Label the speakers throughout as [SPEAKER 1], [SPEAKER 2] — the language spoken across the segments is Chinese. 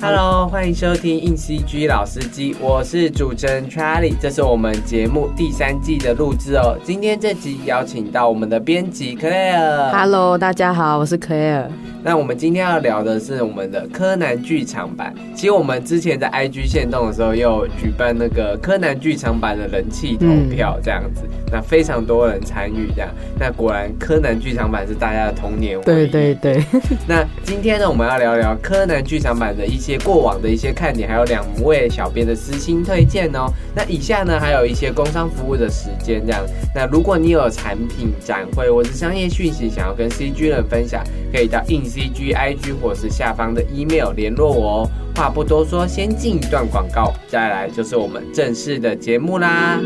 [SPEAKER 1] Hello，欢迎收听硬 CG 老司机，我是主持人 Charlie，这是我们节目第三季的录制哦。今天这集邀请到我们的编辑 Claire。
[SPEAKER 2] Hello，大家好，我是 Claire。
[SPEAKER 1] 那我们今天要聊的是我们的柯南剧场版。其实我们之前在 IG 限动的时候，也有举办那个柯南剧场版的人气投
[SPEAKER 2] 嗯
[SPEAKER 1] 票，这样子，那非常多人参与，这样。那果然柯南剧场版是大家的童年回忆。
[SPEAKER 2] 对对对，
[SPEAKER 1] 那今天呢，我们要聊聊柯南剧场版的一些过往的一些看点，还有两位小编的私心推荐哦。那以下呢，还有一些工商服务的时间这样。那如果你有产品展会或是商业讯息想要跟 CG 人分享，可以到硬 CG IG 或是下方的 email 联络我哦。话不多说，先进一段广告，再来就是我们正式的节目啦。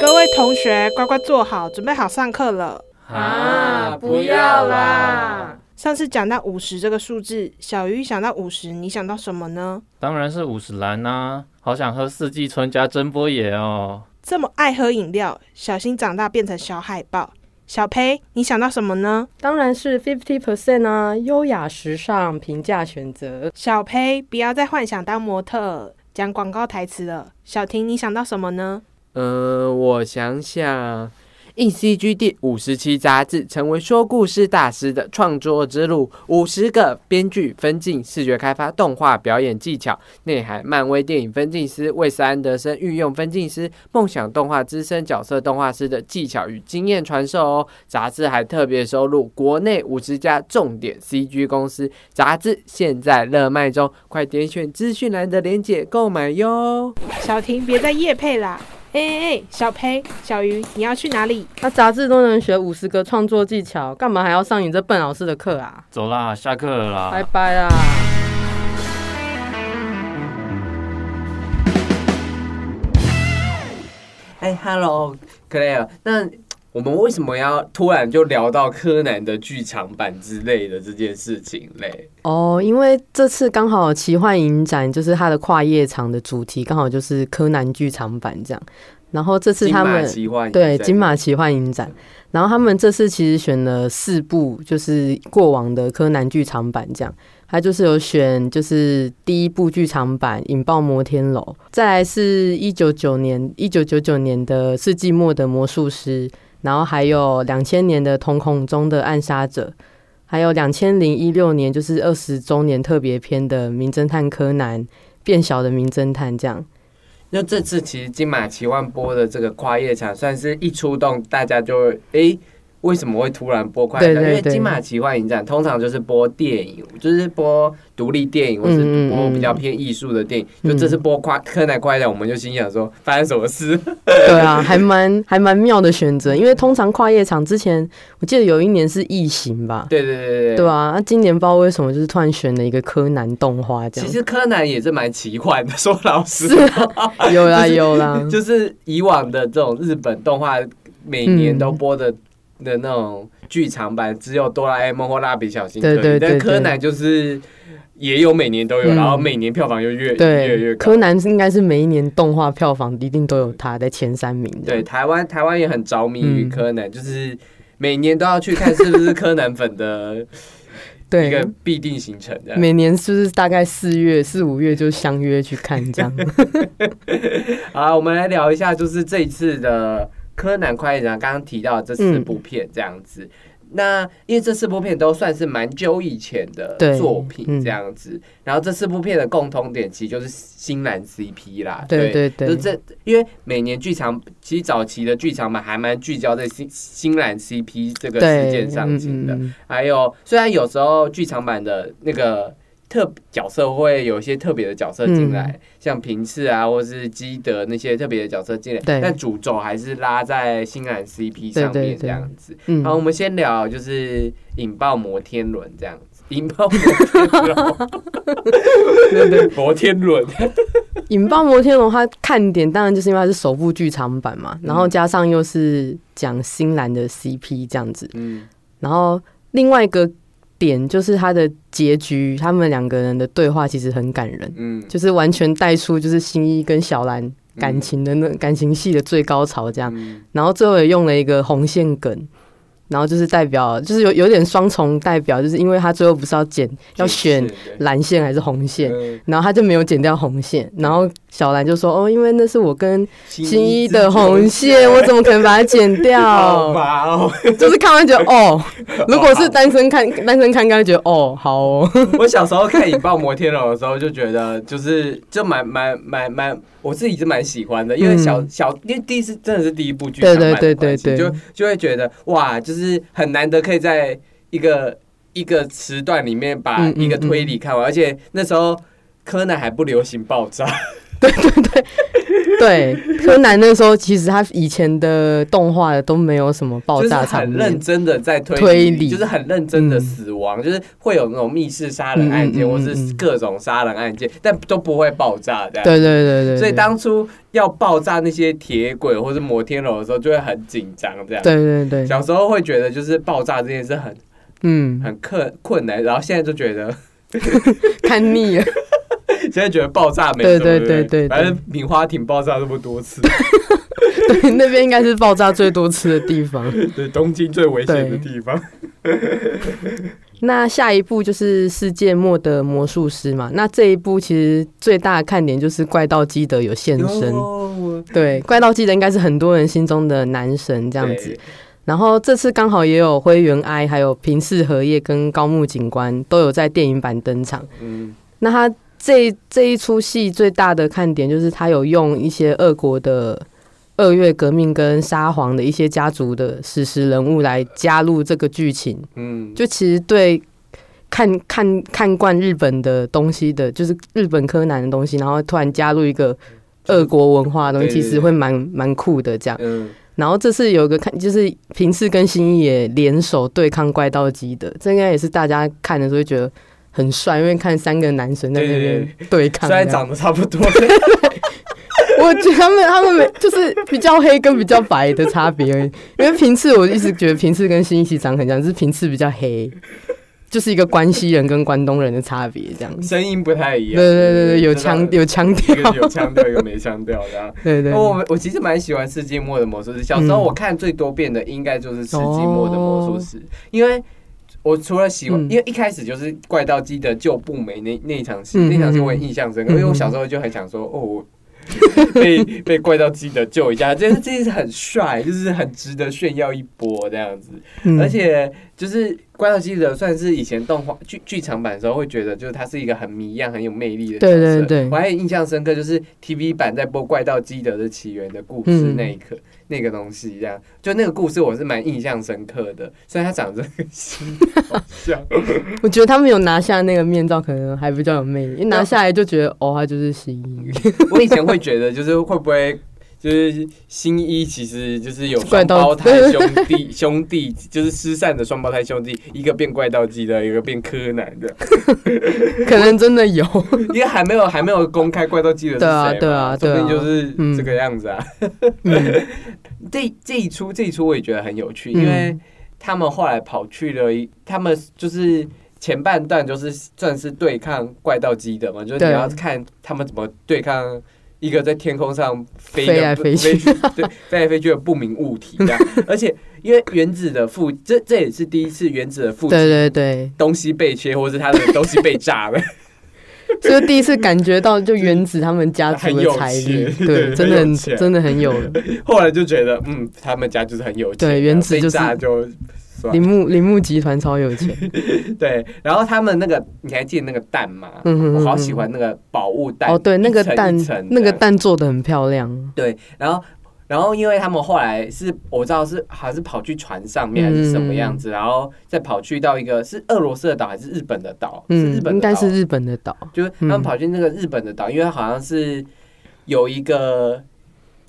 [SPEAKER 3] 各位同学，乖乖坐好，准备好上课了。
[SPEAKER 2] 啊不要啦！
[SPEAKER 3] 上次讲到五十这个数字，小鱼想到五十，你想到什么呢？
[SPEAKER 4] 当然是五十岚啦、好想喝四季春加真波野哦。
[SPEAKER 3] 这么爱喝饮料，小心长大变成小海豹。小裴，你想到什么呢？
[SPEAKER 2] 当然是 fifty percent 啊，优雅时尚平价选择。
[SPEAKER 3] 小裴，不要再幻想当模特，讲广告台词了。小婷，你想到什么呢？
[SPEAKER 1] 呃，我想想，《ECG》第五十期杂志成为说故事大师的创作之路，五十个编剧分镜、视觉开发、动画表演技巧、内涵。漫威电影分镜师魏斯安德森御用分镜师，梦想动画资深角色动画师的技巧与经验传授哦。杂志还特别收录国内五十家重点 CG 公司杂志，现在热卖中，快点选资讯栏的链接购买哟。
[SPEAKER 3] 小婷，别再夜配啦。哎哎哎，小裴，小鱼，你要去哪里？
[SPEAKER 2] 那杂志都能学五十个创作技巧，干嘛还要上你这笨老师的课啊？
[SPEAKER 4] 走啦，下课了
[SPEAKER 2] 拜
[SPEAKER 4] 啦。
[SPEAKER 2] 拜啊啦！
[SPEAKER 1] 哎，Hello Claire，那我们为什么要突然就聊到柯南的剧场版之类的这件事情嘞？
[SPEAKER 2] 哦，因为这次刚好奇幻影展就是它的跨夜场的主题，刚好就是柯南剧场版这样。然后这次
[SPEAKER 1] 金
[SPEAKER 2] 他
[SPEAKER 1] 马
[SPEAKER 2] 们
[SPEAKER 1] 奇幻
[SPEAKER 2] 对
[SPEAKER 1] 影展
[SPEAKER 2] 金马奇幻影展，然后他们这次其实选了四部，就是过往的柯南剧场版这样。他就是有选，就是第一部剧场版《引爆摩天楼》，再来是一九九年一九九九年的《世纪末的魔术师》，然后还有两千年的《瞳孔中的暗杀者》，还有两千零一六年就是二十周年特别篇的《名侦探柯南》，变小的名侦探这样。
[SPEAKER 1] 那这次其实金马奇幻播的这个跨夜场，算是一出动，大家就会诶，为什么会突然播跨夜场？
[SPEAKER 2] 对对
[SPEAKER 1] 因为
[SPEAKER 2] 对
[SPEAKER 1] 金马奇幻影展通常就是播电影，就是播独立电影，或
[SPEAKER 2] 嗯嗯
[SPEAKER 1] 是播
[SPEAKER 2] 嗯
[SPEAKER 1] 比较偏艺术的电影。
[SPEAKER 2] 嗯
[SPEAKER 1] 就这次播跨柯南跨夜场，我们就心想说发生什么事？
[SPEAKER 2] 对啊，还蛮还蛮妙的选择，因为通常跨夜场之前，我记得有一年是异形吧，
[SPEAKER 1] 对对对对
[SPEAKER 2] 对啊，那今年不知道为什么就是突然选了一个柯南动画这
[SPEAKER 1] 其
[SPEAKER 2] 样，
[SPEAKER 1] 实柯南也是蛮奇幻的，说老实
[SPEAKER 2] 是啊， 有啦有啦，
[SPEAKER 1] 就是以往的这种日本动画，每年都播的的那种剧场版，只有哆啦 A 梦或蜡笔小新可以。
[SPEAKER 2] 对对对
[SPEAKER 1] 但柯南就是也有每年都有，
[SPEAKER 2] 嗯
[SPEAKER 1] 然后每年票房又越越越
[SPEAKER 2] 对，
[SPEAKER 1] 高
[SPEAKER 2] 柯。南是应该是每一年动画票房一定都有他在前三名的，
[SPEAKER 1] 对，台湾台湾也很着迷于
[SPEAKER 2] 嗯
[SPEAKER 1] 柯南，就是每年都要去看是不是柯南粉的一个
[SPEAKER 2] 对。
[SPEAKER 1] 必定行程这样。
[SPEAKER 2] 每年是不是大概四月、四五月就相约去看这样？
[SPEAKER 1] 好啦，我们来聊一下，就是这一次的柯南快影展刚刚提到的这四
[SPEAKER 2] 嗯
[SPEAKER 1] 部片这样子。那因为这四部片都算是蛮久以前的
[SPEAKER 2] 对
[SPEAKER 1] 作品
[SPEAKER 2] 嗯
[SPEAKER 1] 这样子，然后这四部片的共同点其实就是新蓝 CP 啦，
[SPEAKER 2] 对对
[SPEAKER 1] 就
[SPEAKER 2] 对，
[SPEAKER 1] 这，因为每年剧场其实早期的剧场版还蛮聚焦在新新蓝 CP 这个事
[SPEAKER 2] 对，
[SPEAKER 1] 件上
[SPEAKER 2] 嗯
[SPEAKER 1] 型
[SPEAKER 2] 嗯
[SPEAKER 1] 的，
[SPEAKER 2] 嗯，
[SPEAKER 1] 还有，虽然有时候剧场版的那个特角色会有一些特别的角色进来，
[SPEAKER 2] 嗯
[SPEAKER 1] 像平次啊，或是基德那些特别的角色进来，
[SPEAKER 2] 对
[SPEAKER 1] 但主轴还是拉在新兰 CP 上
[SPEAKER 2] 对
[SPEAKER 1] 面
[SPEAKER 2] 对
[SPEAKER 1] 这样子。
[SPEAKER 2] 嗯
[SPEAKER 1] 好，我们先聊就是引爆摩天轮这样子，引爆摩天轮，对对，摩天 轮，
[SPEAKER 2] 《引爆摩天轮》它看点当然就是因为它是首部剧场版嘛，然后加上又是讲新兰的 CP 这样子，
[SPEAKER 1] 嗯，
[SPEAKER 2] 然后另外一个点就是它的结局，他们两个人的对话其实很感人，
[SPEAKER 1] 嗯
[SPEAKER 2] 就是完全带出就是新一跟小兰感情的那感情戏的最高潮这样。
[SPEAKER 1] 嗯
[SPEAKER 2] 然后最后也用了一个红线梗，然后就是代表，就是有有点双重代表，就是因为他最后不是要剪要选蓝线还是红线，
[SPEAKER 1] 嗯
[SPEAKER 2] 然后他就没有剪掉红线，然后小兰就说：“哦，因为那是我跟新一的红线，我怎么可能把它 剪
[SPEAKER 1] 好
[SPEAKER 2] 掉
[SPEAKER 1] 麻哦！？”
[SPEAKER 2] 就是看完觉得 哦，如果是单身看单身看，应该会觉得哦，好哦，
[SPEAKER 1] 我小时候看《引爆摩天楼》的时候，就觉得就是就蛮蛮蛮蛮，我自己是蛮喜欢的，因为小、
[SPEAKER 2] 嗯
[SPEAKER 1] 小因为第一次真的是第一部剧
[SPEAKER 2] 对
[SPEAKER 1] 场版的
[SPEAKER 2] 对对
[SPEAKER 1] 关系
[SPEAKER 2] 对对
[SPEAKER 1] 就就会觉得哇，就是很难得可以在一个一个时段里面把
[SPEAKER 2] 嗯嗯
[SPEAKER 1] 一个推理看完，而且那时候。柯南还不流行爆炸，
[SPEAKER 2] 对。柯南那时候其实他以前的动画都没有什么爆
[SPEAKER 1] 就是
[SPEAKER 2] 炸场
[SPEAKER 1] 很认
[SPEAKER 2] 面，
[SPEAKER 1] 真的在推
[SPEAKER 2] 推理嗯
[SPEAKER 1] 就是很认真的死亡，就是会有那种密室杀人案件，
[SPEAKER 2] 嗯嗯嗯
[SPEAKER 1] 或
[SPEAKER 2] 嗯
[SPEAKER 1] 是各种杀人案件，但都不会爆炸这样。
[SPEAKER 2] 对对对对对，
[SPEAKER 1] 所以当初要爆炸那些铁轨或是摩天楼的时候，就会很紧张，这样。
[SPEAKER 2] 对对对，
[SPEAKER 1] 小时候会觉得就是爆炸这件事很
[SPEAKER 2] 嗯，
[SPEAKER 1] 很困困难，然后现在就觉得
[SPEAKER 2] 看腻了。
[SPEAKER 1] 现在觉得爆炸没
[SPEAKER 2] 对
[SPEAKER 1] 什么，
[SPEAKER 2] 对
[SPEAKER 1] 不
[SPEAKER 2] 对对对
[SPEAKER 1] 反正米花亭爆炸那么多次，
[SPEAKER 2] 对，那边应该是爆炸最多次的地方。
[SPEAKER 1] 对东京最危险的地方。
[SPEAKER 2] 那下一步就是世界末的魔术师嘛。那这一部其实最大的看点就是怪盗基德有现身。
[SPEAKER 1] 哦
[SPEAKER 2] 对，怪盗基德应该是很多人心中的男神这样子。，然后这次刚好也有灰原哀、还有平次和叶跟高木警官都有在电影版登场。
[SPEAKER 1] 对嗯，
[SPEAKER 2] 那他这这一出戏最大的看点就是他有用一些俄国的二月革命跟沙皇的一些家族的史实人物来加入这个剧情，
[SPEAKER 1] 嗯，
[SPEAKER 2] 就其实对看看看惯日本的东西的，就是日本柯南的东西，然后突然加入一个。俄国文化的东西
[SPEAKER 1] 对
[SPEAKER 2] 其实会蛮蛮酷的，这样。
[SPEAKER 1] 嗯，
[SPEAKER 2] 然后这次有一个看，就是平次跟新一也联手对抗怪盗基的，这应该也是大家看的时候会觉得很帅，因为看三个男神在那边对抗
[SPEAKER 1] 虽
[SPEAKER 2] 这样。
[SPEAKER 1] 然长得差不多，
[SPEAKER 2] 我觉得他们他们没就是比较黑跟比较白的差别而已，因为平次我一直觉得平次跟新一起长很像，只是平次比较黑，就是一个关西人跟关东人的差别这样子。
[SPEAKER 1] 声音不太一
[SPEAKER 2] 对
[SPEAKER 1] 样。
[SPEAKER 2] 对对对，有
[SPEAKER 1] 知道
[SPEAKER 2] 腔有腔
[SPEAKER 1] 一个
[SPEAKER 2] 调，
[SPEAKER 1] 有腔调，一个没腔调的啊。
[SPEAKER 2] 对对，
[SPEAKER 1] 我我其实蛮喜欢《世纪末的魔术师》，小时候
[SPEAKER 2] 嗯哦
[SPEAKER 1] 我看最多遍的应该就是《世纪末的魔术师》因为我除了喜欢，
[SPEAKER 2] 嗯
[SPEAKER 1] 因为一开始就是怪盗基德救步美那那一场戏，
[SPEAKER 2] 嗯
[SPEAKER 1] 那场戏我很印象深刻，
[SPEAKER 2] 嗯
[SPEAKER 1] 因为我小时候就很想说，哦， 我被被怪盗基德救一下，这这是很帅，就是很值得炫耀一波这样子。
[SPEAKER 2] 嗯
[SPEAKER 1] 而且就是怪盗基德算是以前动画剧剧场版的时候，会觉得就是他是一个很迷样、很有魅力的角色。
[SPEAKER 2] 对对对
[SPEAKER 1] 我还印象深刻，就是 TV 版在播《怪盗基德的起源》的故事
[SPEAKER 2] 嗯
[SPEAKER 1] 那一 刻，那个东西这样，就那个故事我是蛮印象深刻的。虽然他长得很 像，
[SPEAKER 2] 我觉得他们有拿下那个面罩，可能还比较有魅力，一拿下来就觉得哦，他就是新一，
[SPEAKER 1] 我以前会觉得就是会不会。就是新一其实就是有
[SPEAKER 2] 怪
[SPEAKER 1] 双
[SPEAKER 2] 盗
[SPEAKER 1] 胞胎兄弟，兄弟就是失散的双胞胎兄弟，一个变怪盗基德，一个变柯南的。
[SPEAKER 2] 可能真 的有。
[SPEAKER 1] 因为还没有还没有公开怪盗基德是谁嘛，
[SPEAKER 2] 对啊对
[SPEAKER 1] 说
[SPEAKER 2] 啊
[SPEAKER 1] 不定就是
[SPEAKER 2] 嗯
[SPEAKER 1] 这个样子啊。
[SPEAKER 2] 嗯
[SPEAKER 1] 这这一出这一出我也觉得很有趣，
[SPEAKER 2] 嗯
[SPEAKER 1] 因为他们后来跑去了一，他们就是前半段就是算是对抗怪盗基德嘛，就是
[SPEAKER 2] 对
[SPEAKER 1] 你要看他们怎么对抗。一个在天空上飞的
[SPEAKER 2] 飞来飞去，
[SPEAKER 1] 对，飞来飞去的不明物体 这样。而且，因为原子的父，这这也是第一次原子的父亲
[SPEAKER 2] 对对对，
[SPEAKER 1] 东西被切，或是他的东西被炸了。
[SPEAKER 2] 就第一次感觉到就原子他们家族的财力，
[SPEAKER 1] 很有钱对
[SPEAKER 2] 对，真的
[SPEAKER 1] 很有
[SPEAKER 2] 很
[SPEAKER 1] 钱
[SPEAKER 2] 真的很有。
[SPEAKER 1] 后来就觉得，嗯，他们家就是很有钱，
[SPEAKER 2] 对原子
[SPEAKER 1] 被
[SPEAKER 2] 就是
[SPEAKER 1] 炸就算
[SPEAKER 2] 铃木铃木集团超有钱，
[SPEAKER 1] 对。然后他们那个，你还记得那个蛋吗？
[SPEAKER 2] 嗯哼，
[SPEAKER 1] 我
[SPEAKER 2] 嗯
[SPEAKER 1] 好
[SPEAKER 2] 哼
[SPEAKER 1] 喜欢那个宝物蛋
[SPEAKER 2] 哦，对，那个蛋
[SPEAKER 1] 一层一层，的
[SPEAKER 2] 那个蛋做的很漂亮，
[SPEAKER 1] 对。然后，然后因为他们后来是我知道是还是跑去船上面还是什么
[SPEAKER 2] 嗯
[SPEAKER 1] 样子，然后再跑去到一个是俄罗斯的岛还是日本的岛？是
[SPEAKER 2] 嗯
[SPEAKER 1] 日，本的岛
[SPEAKER 2] 应该是日本的岛，
[SPEAKER 1] 就是他们
[SPEAKER 2] 嗯
[SPEAKER 1] 跑去那个日本的岛，因为好像是有一个，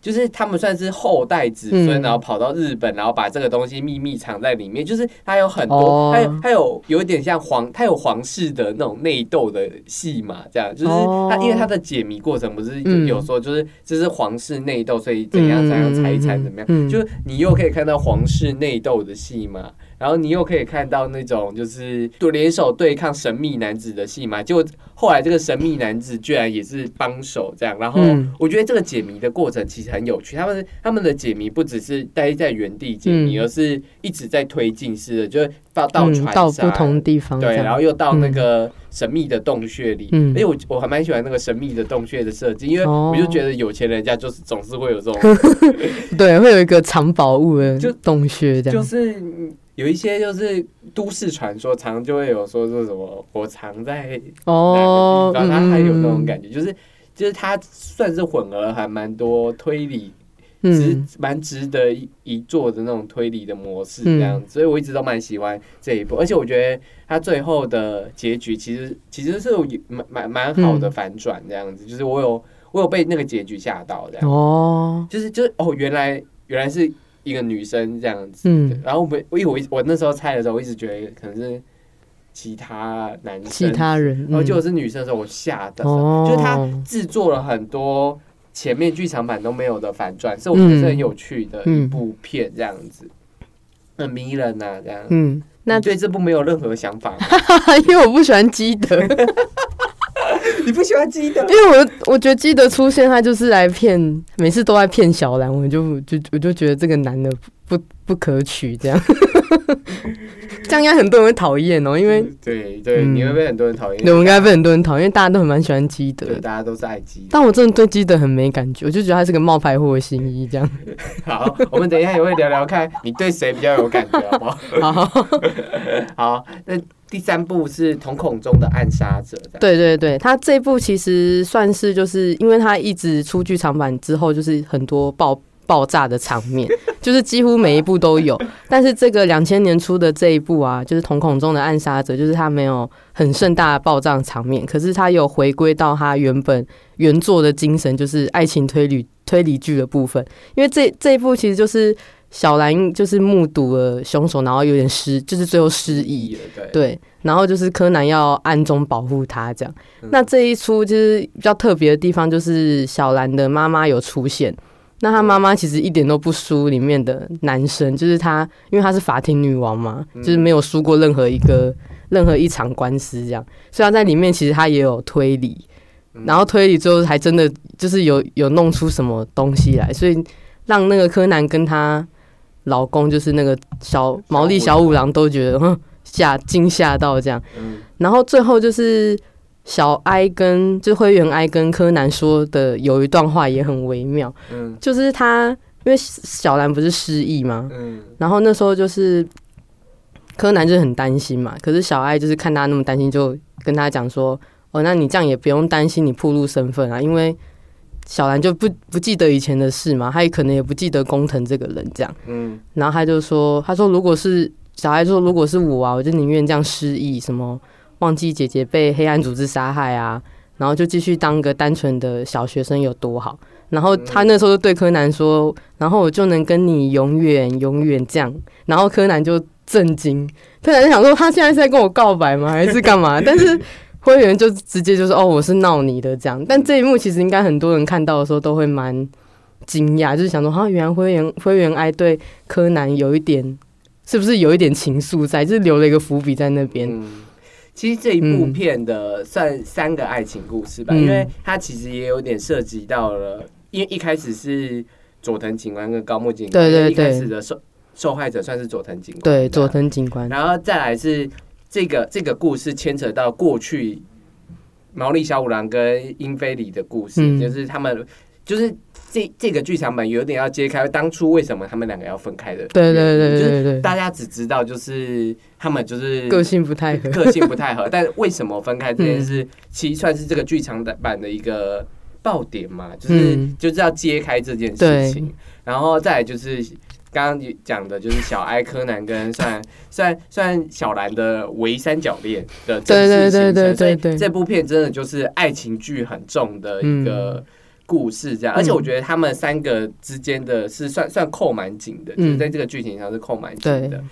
[SPEAKER 1] 就是他们算是后代子孙，
[SPEAKER 2] 嗯
[SPEAKER 1] 然后跑到日本，然后把这个东西秘密藏在里面。就是它有很多
[SPEAKER 2] 哦，
[SPEAKER 1] 它有它有有一点像皇，它有皇室的那种内斗的戏嘛，这样就是
[SPEAKER 2] 哦
[SPEAKER 1] 它因为它的解谜过程不是有
[SPEAKER 2] 嗯
[SPEAKER 1] 有说就是这是皇室内斗，所以怎样怎样
[SPEAKER 2] 嗯
[SPEAKER 1] 财产
[SPEAKER 2] 嗯
[SPEAKER 1] 怎么样，
[SPEAKER 2] 嗯
[SPEAKER 1] 就是你又可以看到皇室内斗的戏嘛，然后你又可以看到那种就是对联手对抗神秘男子的戏嘛。结果后来这个神秘男子居然也是帮手这样，然后
[SPEAKER 2] 嗯
[SPEAKER 1] 我觉得这个解谜的过程其实很有趣。他们他们的解谜不只是待在原地解谜，
[SPEAKER 2] 嗯
[SPEAKER 1] 而是一直在推进式的，就是到到
[SPEAKER 2] 嗯
[SPEAKER 1] 船，
[SPEAKER 2] 到
[SPEAKER 1] 上
[SPEAKER 2] 不同地方这
[SPEAKER 1] 对，然
[SPEAKER 2] 样，
[SPEAKER 1] 后又到那个神秘的洞穴里，
[SPEAKER 2] 嗯
[SPEAKER 1] 而且我我还蛮喜欢那个神秘的洞穴的设计，因为
[SPEAKER 2] 哦
[SPEAKER 1] 我就觉得有钱人家就是总是会有这 种，
[SPEAKER 2] 对，会有一个藏宝物的
[SPEAKER 1] 就
[SPEAKER 2] 洞穴这
[SPEAKER 1] 就
[SPEAKER 2] 样，
[SPEAKER 1] 是嗯有一些就是都市传说，常常就会有说是什么我藏在
[SPEAKER 2] 哦
[SPEAKER 1] 哪个地，方，它
[SPEAKER 2] 嗯
[SPEAKER 1] 还有那种
[SPEAKER 2] 觉，
[SPEAKER 1] 感觉，就是就是它算是混合了还蛮多推理，值
[SPEAKER 2] 嗯，
[SPEAKER 1] 蛮值得一一做的那种推理的模式这样，
[SPEAKER 2] 嗯
[SPEAKER 1] 所以我一直都蛮喜欢这一部，而且我觉得它最后的结局其实其实是有蛮蛮蛮好的反转这样子，就是我有我有被那个结局吓到这样，
[SPEAKER 2] 哦，
[SPEAKER 1] 就是就是哦原来原来是一个女生这样子，
[SPEAKER 2] 嗯，
[SPEAKER 1] 然后我们因为我一我那时候猜的时候，我一直觉得可能是其他男生，
[SPEAKER 2] 其他人，
[SPEAKER 1] 然后
[SPEAKER 2] 嗯
[SPEAKER 1] 结果是女生的时候我吓到，
[SPEAKER 2] 哦
[SPEAKER 1] 就是他制作了很多前面剧场版都没有的反转，是我觉得是很有趣的一部片，这样子，很迷人呐、这样。
[SPEAKER 2] 嗯， 那
[SPEAKER 1] 你对这部没有任何想法吗，
[SPEAKER 2] 因为我不喜欢基德，因
[SPEAKER 1] 你不喜欢基德？
[SPEAKER 2] 为我我觉得基德出现他就是来骗，每次都在骗小兰，我就就我就觉得这个男的不不可取，这样， 这样应该很多人会讨厌哦，因 为
[SPEAKER 1] 对对，
[SPEAKER 2] 嗯
[SPEAKER 1] 你会被很多人讨厌。
[SPEAKER 2] 对我应该被很多人讨厌，大家都很蛮喜欢基德
[SPEAKER 1] 对，大家都是爱基德。
[SPEAKER 2] 但我真的对基德很没感觉，我就觉得他是个冒牌货的新衣这样。
[SPEAKER 1] 好，我们等一下也会聊聊看你对谁比较有感觉，好不好？
[SPEAKER 2] 好，
[SPEAKER 1] 好，那第三部是《瞳孔中的暗杀者》这样。
[SPEAKER 2] 对对对，他这部其实算是就是因为他一直出剧场版之后，就是很多爆爆炸的场面， 就是几乎每一部都有。但是这个两千年初的这一部啊，就是《瞳孔中的暗杀者》，就是他没有很盛大的爆炸场面，可是他有回归到他原本原作的精神，就是爱情推理推理剧的部分。因为这这一部其实就是小兰就是目睹了凶手，然后有点失，就是最后失忆，
[SPEAKER 1] 了，对。
[SPEAKER 2] 对，然后就是柯南要暗中保护他这样。
[SPEAKER 1] 嗯
[SPEAKER 2] 那这一出就是比较特别的地方，就是小兰的妈妈有出现。那她妈妈其实一点都不输里面的男生，就是她，因为她是法庭女王嘛，
[SPEAKER 1] 嗯
[SPEAKER 2] 就是没有输过任何一个任何一场官司这样。所以她在里面其实她也有推理，
[SPEAKER 1] 嗯
[SPEAKER 2] 然后推理之后还真的就是有有弄出什么东西来，所以让那个柯南跟她老公就是那个小毛利小五郎都觉得哼吓惊吓到这样。
[SPEAKER 1] 嗯
[SPEAKER 2] 然后最后就是小哀跟就灰原哀跟柯南说的有一段话也很微妙，
[SPEAKER 1] 嗯
[SPEAKER 2] 就是他因为小兰不是失忆吗？
[SPEAKER 1] 嗯
[SPEAKER 2] 然后那时候就是柯南就很担心嘛，可是小爱就是看他那么担心，就跟他讲说：“哦，那你这样也不用担心你暴露身份啊，因为小兰就不不记得以前的事嘛，他也可能也不记得工藤这个人这样。”
[SPEAKER 1] 嗯
[SPEAKER 2] 然后他就说：“他说如果是小孩说如果是我啊，我就宁愿这样失忆，什么忘记姐姐被黑暗组织杀害啊，然后就继续当个单纯的小学生有多好。”然后他那时候就对柯南说：“然后我就能跟你永远永远这样。”然后柯南就震惊，柯啊南就想说：“他现在是在跟我告白吗？还是干 嘛？”但是。灰原就直接就说：“哦，我是闹你的这样。”但这一幕其实应该很多人看到的时候都会蛮惊讶，就是想说：“啊，原来灰原灰原哀对柯南有一点，是不是有一点情愫在，就是留了一个伏笔在那边。
[SPEAKER 1] 嗯，其实这一部
[SPEAKER 2] 嗯
[SPEAKER 1] 片的算三个爱情故事吧，
[SPEAKER 2] 嗯
[SPEAKER 1] 因为它其实也有点涉及到了，因为一开始是佐藤警官跟高木警官，
[SPEAKER 2] 对对
[SPEAKER 1] 因为一开
[SPEAKER 2] 对
[SPEAKER 1] 始的受受害者算是佐藤警官，
[SPEAKER 2] 对，
[SPEAKER 1] 这样
[SPEAKER 2] 佐，藤警官，
[SPEAKER 1] 然后再来是这个这个故事牵扯到过去毛利小五郎跟英菲里的故事，
[SPEAKER 2] 嗯
[SPEAKER 1] 就是他们就是。这这个剧场版有点要揭开当初为什么他们两个要分开的，
[SPEAKER 2] 对对对
[SPEAKER 1] 啊就是
[SPEAKER 2] 对对对，
[SPEAKER 1] 大家只知道就是他们就是
[SPEAKER 2] 个性不嗯太合。
[SPEAKER 1] 个性不太 合，但为什么分开这件事，其实算是这个剧场版的一个爆点嘛，就是、
[SPEAKER 2] 嗯
[SPEAKER 1] 就是要揭开这件事
[SPEAKER 2] 对
[SPEAKER 1] 情，然后再来就是。刚刚讲的就是小哀柯南跟算 算算小兰的唯三角恋的正式
[SPEAKER 2] 对对
[SPEAKER 1] 形成，
[SPEAKER 2] 对对
[SPEAKER 1] 所以
[SPEAKER 2] 对对
[SPEAKER 1] 这部片真的就是爱情剧很重的一个
[SPEAKER 2] 嗯
[SPEAKER 1] 故事，这样。而且我觉得他们三个之间的是算算扣蛮紧的，就是
[SPEAKER 2] 嗯
[SPEAKER 1] 在这个剧情上是扣蛮紧的。啊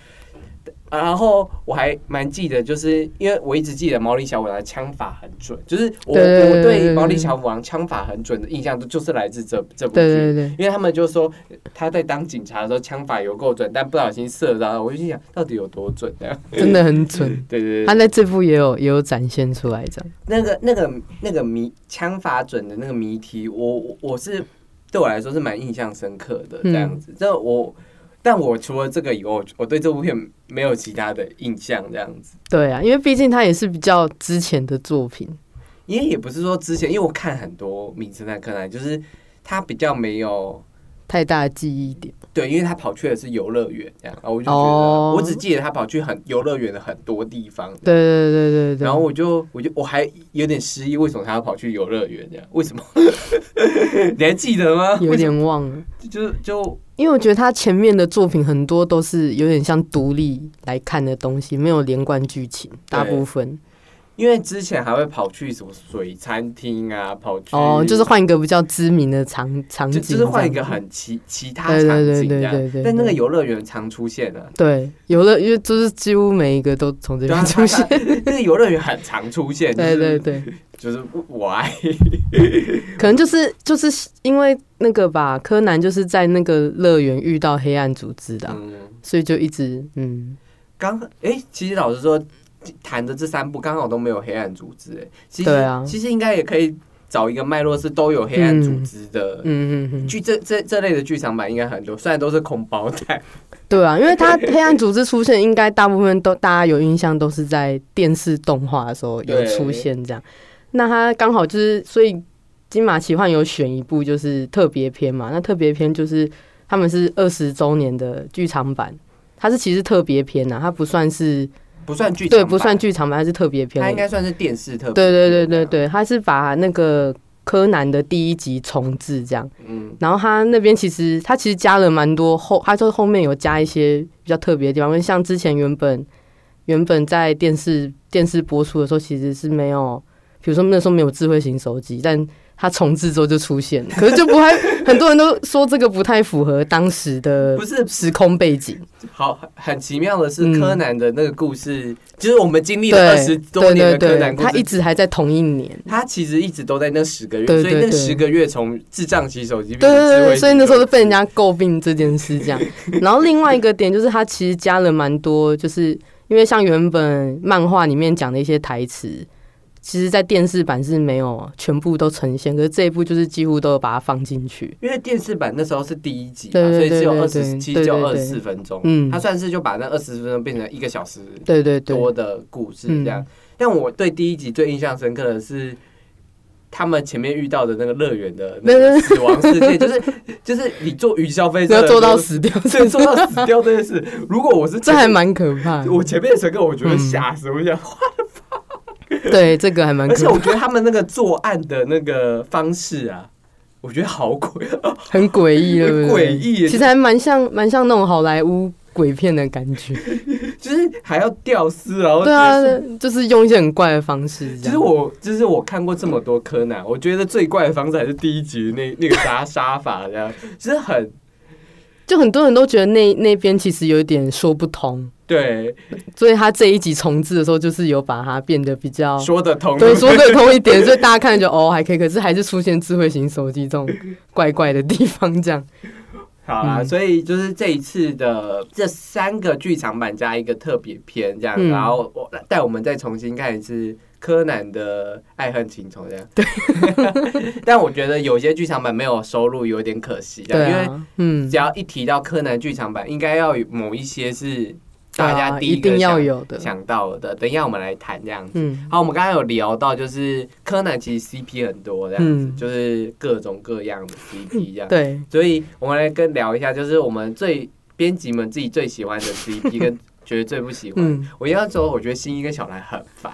[SPEAKER 1] 然后我还蛮记得，就是因为我一直记得毛利小五郎的枪法很准，就是我
[SPEAKER 2] 对对对
[SPEAKER 1] 我对
[SPEAKER 2] 对
[SPEAKER 1] 毛利小五郎枪法很准的印象，就是来自这这部
[SPEAKER 2] 对
[SPEAKER 1] 剧。
[SPEAKER 2] 对对，
[SPEAKER 1] 因为他们就说他在当警察的时候枪法有够准，但不小心射到，我就心想到底有多准这 样。
[SPEAKER 2] 真的很准。
[SPEAKER 1] 对对对，
[SPEAKER 2] 他在这部也有也有展现出来，这样
[SPEAKER 1] 那个那个那个谜枪法准的那个谜题，我我我是对我来说是蛮印象深刻的
[SPEAKER 2] 嗯
[SPEAKER 1] 这样子。这、我，但我除了这个以外，我我对这部片没有其他的印象这样子。
[SPEAKER 2] 对啊，因为毕竟他也是比较之前的作品，
[SPEAKER 1] 因为也不是说之前，因为我看很多《名侦探柯南》，就是他比较没有
[SPEAKER 2] 太大的记忆点。
[SPEAKER 1] 对，因为他跑去的是游乐园这样，然后我就觉得、
[SPEAKER 2] 哦
[SPEAKER 1] 我只记得他跑去很游乐园的很多地方。
[SPEAKER 2] 对对对对对。
[SPEAKER 1] 然后我就我就我还有点失忆，为什么他要跑去游乐园这样？为什么？ 你还记得吗？
[SPEAKER 2] 有点忘了，
[SPEAKER 1] 就就
[SPEAKER 2] 因为我觉得他前面的作品很多都是有点像独立来看的东西，没有连贯剧情，大部分
[SPEAKER 1] 因为之前还会跑去什么水餐厅啊，跑去
[SPEAKER 2] 哦，就是换一个比较知名的场场
[SPEAKER 1] 就
[SPEAKER 2] 景，
[SPEAKER 1] 就是换一个很其其他
[SPEAKER 2] 对
[SPEAKER 1] 场
[SPEAKER 2] 对
[SPEAKER 1] 景这
[SPEAKER 2] 对对对
[SPEAKER 1] 样
[SPEAKER 2] 对对，
[SPEAKER 1] 但那个游乐园常出现的、啊。
[SPEAKER 2] 对，有了，因为就是几乎每一个都从这
[SPEAKER 1] 对啊
[SPEAKER 2] 边出 现，，
[SPEAKER 1] 它它那个游乐园很常出现，
[SPEAKER 2] 对对
[SPEAKER 1] 就是，
[SPEAKER 2] 对，
[SPEAKER 1] 就是我爱，
[SPEAKER 2] 可能就是就是因为那个吧，柯南就是在那个乐园遇到黑暗组织的啊、
[SPEAKER 1] 嗯，
[SPEAKER 2] 所以就一直嗯，
[SPEAKER 1] 刚哎、其实老实说，谈的这三部刚好都没有黑暗组织、哎，其实、
[SPEAKER 2] 对啊
[SPEAKER 1] 其实应该也可以找一个脉络是都有黑暗组织的，
[SPEAKER 2] 嗯嗯嗯，
[SPEAKER 1] 剧这这这类的剧场版应该很多，虽然都是空包弹，
[SPEAKER 2] 对啊，因为他黑暗组织出现，应该大部分都大家有印象，都是在电视动画的时候有
[SPEAKER 1] 对
[SPEAKER 2] 出现这样。那他刚好就是，所以金马奇幻有选一部就是特别篇嘛，那特别篇就是他们是二十周年的剧场版。它是其实特别篇啊呐、它不算是
[SPEAKER 1] 不算剧场
[SPEAKER 2] 对，
[SPEAKER 1] 版
[SPEAKER 2] 不算剧场版，它是特别篇而
[SPEAKER 1] 它
[SPEAKER 2] 已。
[SPEAKER 1] 应该算是电视特别
[SPEAKER 2] 对对对对
[SPEAKER 1] 片
[SPEAKER 2] 对，它是把那个柯南的第一集重置这样。
[SPEAKER 1] 啊，嗯，
[SPEAKER 2] 然后他那边其实他其实加了蛮多后，他就后面有加一些比较特别的地方，因为像之前原本原本在电视电视播出的时候，其实是没有，比如说那时候没有智慧型手机，但他重置之后就出 现了，可是就不太很多人都说这个不太符合当时的
[SPEAKER 1] 不是
[SPEAKER 2] 时空背景，
[SPEAKER 1] 好，很奇妙的是
[SPEAKER 2] 嗯
[SPEAKER 1] 柯南的那个故事，就是我们经历了二
[SPEAKER 2] 对
[SPEAKER 1] 十多年的
[SPEAKER 2] 对
[SPEAKER 1] 柯
[SPEAKER 2] 对对，
[SPEAKER 1] 南故
[SPEAKER 2] 他一
[SPEAKER 1] 事。
[SPEAKER 2] 直还在同一年。
[SPEAKER 1] 他其实一直都在那十个月，
[SPEAKER 2] 对
[SPEAKER 1] 所以
[SPEAKER 2] 对
[SPEAKER 1] 那
[SPEAKER 2] 对
[SPEAKER 1] 十个月从智障型手机变
[SPEAKER 2] 对
[SPEAKER 1] 成
[SPEAKER 2] 对
[SPEAKER 1] 智慧
[SPEAKER 2] 对，
[SPEAKER 1] 型
[SPEAKER 2] 所以那时候
[SPEAKER 1] 手
[SPEAKER 2] 就
[SPEAKER 1] 机
[SPEAKER 2] 被人家诟病这件事 这样。然后另外一个点就是，他其实加了蛮多，就是因为像原本漫画里面讲的一些台词，其实在电视版是没有全部都呈现，可是这一部就是几乎都有把它放进去。
[SPEAKER 1] 因为电视版那时候是第一集嘛，
[SPEAKER 2] 对对对
[SPEAKER 1] 所以只有
[SPEAKER 2] 对
[SPEAKER 1] 二
[SPEAKER 2] 对
[SPEAKER 1] 十七，
[SPEAKER 2] 对
[SPEAKER 1] 只有
[SPEAKER 2] 对
[SPEAKER 1] 二
[SPEAKER 2] 对
[SPEAKER 1] 十四分钟。
[SPEAKER 2] 嗯
[SPEAKER 1] 他算是就把那二十分钟变成一个小时
[SPEAKER 2] 对对对，
[SPEAKER 1] 多的故事这样
[SPEAKER 2] 嗯。
[SPEAKER 1] 但我对第一集最印象深刻的是。他们前面遇到的那个乐园的那
[SPEAKER 2] 对对
[SPEAKER 1] 个
[SPEAKER 2] 对
[SPEAKER 1] 死亡事件，就是就是你做云霄飞车
[SPEAKER 2] 要
[SPEAKER 1] 的
[SPEAKER 2] 做
[SPEAKER 1] 时候
[SPEAKER 2] 到死掉，
[SPEAKER 1] 这做到死掉这件事，如果我是
[SPEAKER 2] 这还蛮嗯可怕的。
[SPEAKER 1] 我前面的乘客，我觉得吓死，我想，
[SPEAKER 2] 对，这个还蛮
[SPEAKER 1] 而且
[SPEAKER 2] 可
[SPEAKER 1] 我
[SPEAKER 2] 怕，
[SPEAKER 1] 觉得他们那个作案的那个方式啊，我觉得好哦诡，
[SPEAKER 2] 很诡异，对不对？
[SPEAKER 1] 很诡异耶
[SPEAKER 2] 其实还蛮像蛮像那种好莱坞鬼片的感觉。
[SPEAKER 1] 就是还要吊丝，然后
[SPEAKER 2] 对啊
[SPEAKER 1] 哦就是。，
[SPEAKER 2] 就是用一些很怪的方式这样。
[SPEAKER 1] 其实我就是我看过这么多柯南，我觉得最怪的方式还是第一集那那个杀杀法这样，就是很
[SPEAKER 2] 就很多人都觉得那那边其实有一点说不通，
[SPEAKER 1] 对
[SPEAKER 2] 所以他这一集重置的时候，就是有把它变得比较
[SPEAKER 1] 说得通，
[SPEAKER 2] 哦对说得通一点，所以大家看着就哦还可以，可是还是出现智慧型手机这种怪怪的地方，这样
[SPEAKER 1] 好啦，
[SPEAKER 2] 嗯
[SPEAKER 1] 所以就是这一次的这三个剧场版加一个特别篇这样，
[SPEAKER 2] 嗯
[SPEAKER 1] 然后我带我们再重新看一次柯南的《爱恨情仇》这样。对， 但我觉得有些剧场版没有收录，有点可惜这
[SPEAKER 2] 对
[SPEAKER 1] 样，因为
[SPEAKER 2] 啊，嗯
[SPEAKER 1] 只，要一提到柯南剧场版，应该要有某一些是大
[SPEAKER 2] 对
[SPEAKER 1] 家
[SPEAKER 2] 啊
[SPEAKER 1] 第
[SPEAKER 2] 一
[SPEAKER 1] 个
[SPEAKER 2] 定要
[SPEAKER 1] 想
[SPEAKER 2] 有的，
[SPEAKER 1] 想到的。等一下我们来谈这样子。
[SPEAKER 2] 嗯，
[SPEAKER 1] 好，我们刚刚有聊到，就是柯南其实 CP 很多这样子，
[SPEAKER 2] 嗯
[SPEAKER 1] 就是各种各样的 CP 这样。
[SPEAKER 2] 对，
[SPEAKER 1] 所以我们来跟聊一下，就是我们最编辑们自己最喜欢的 CP 跟觉得最不喜欢。
[SPEAKER 2] 嗯，
[SPEAKER 1] 我要说，我觉得新一跟小兰很烦。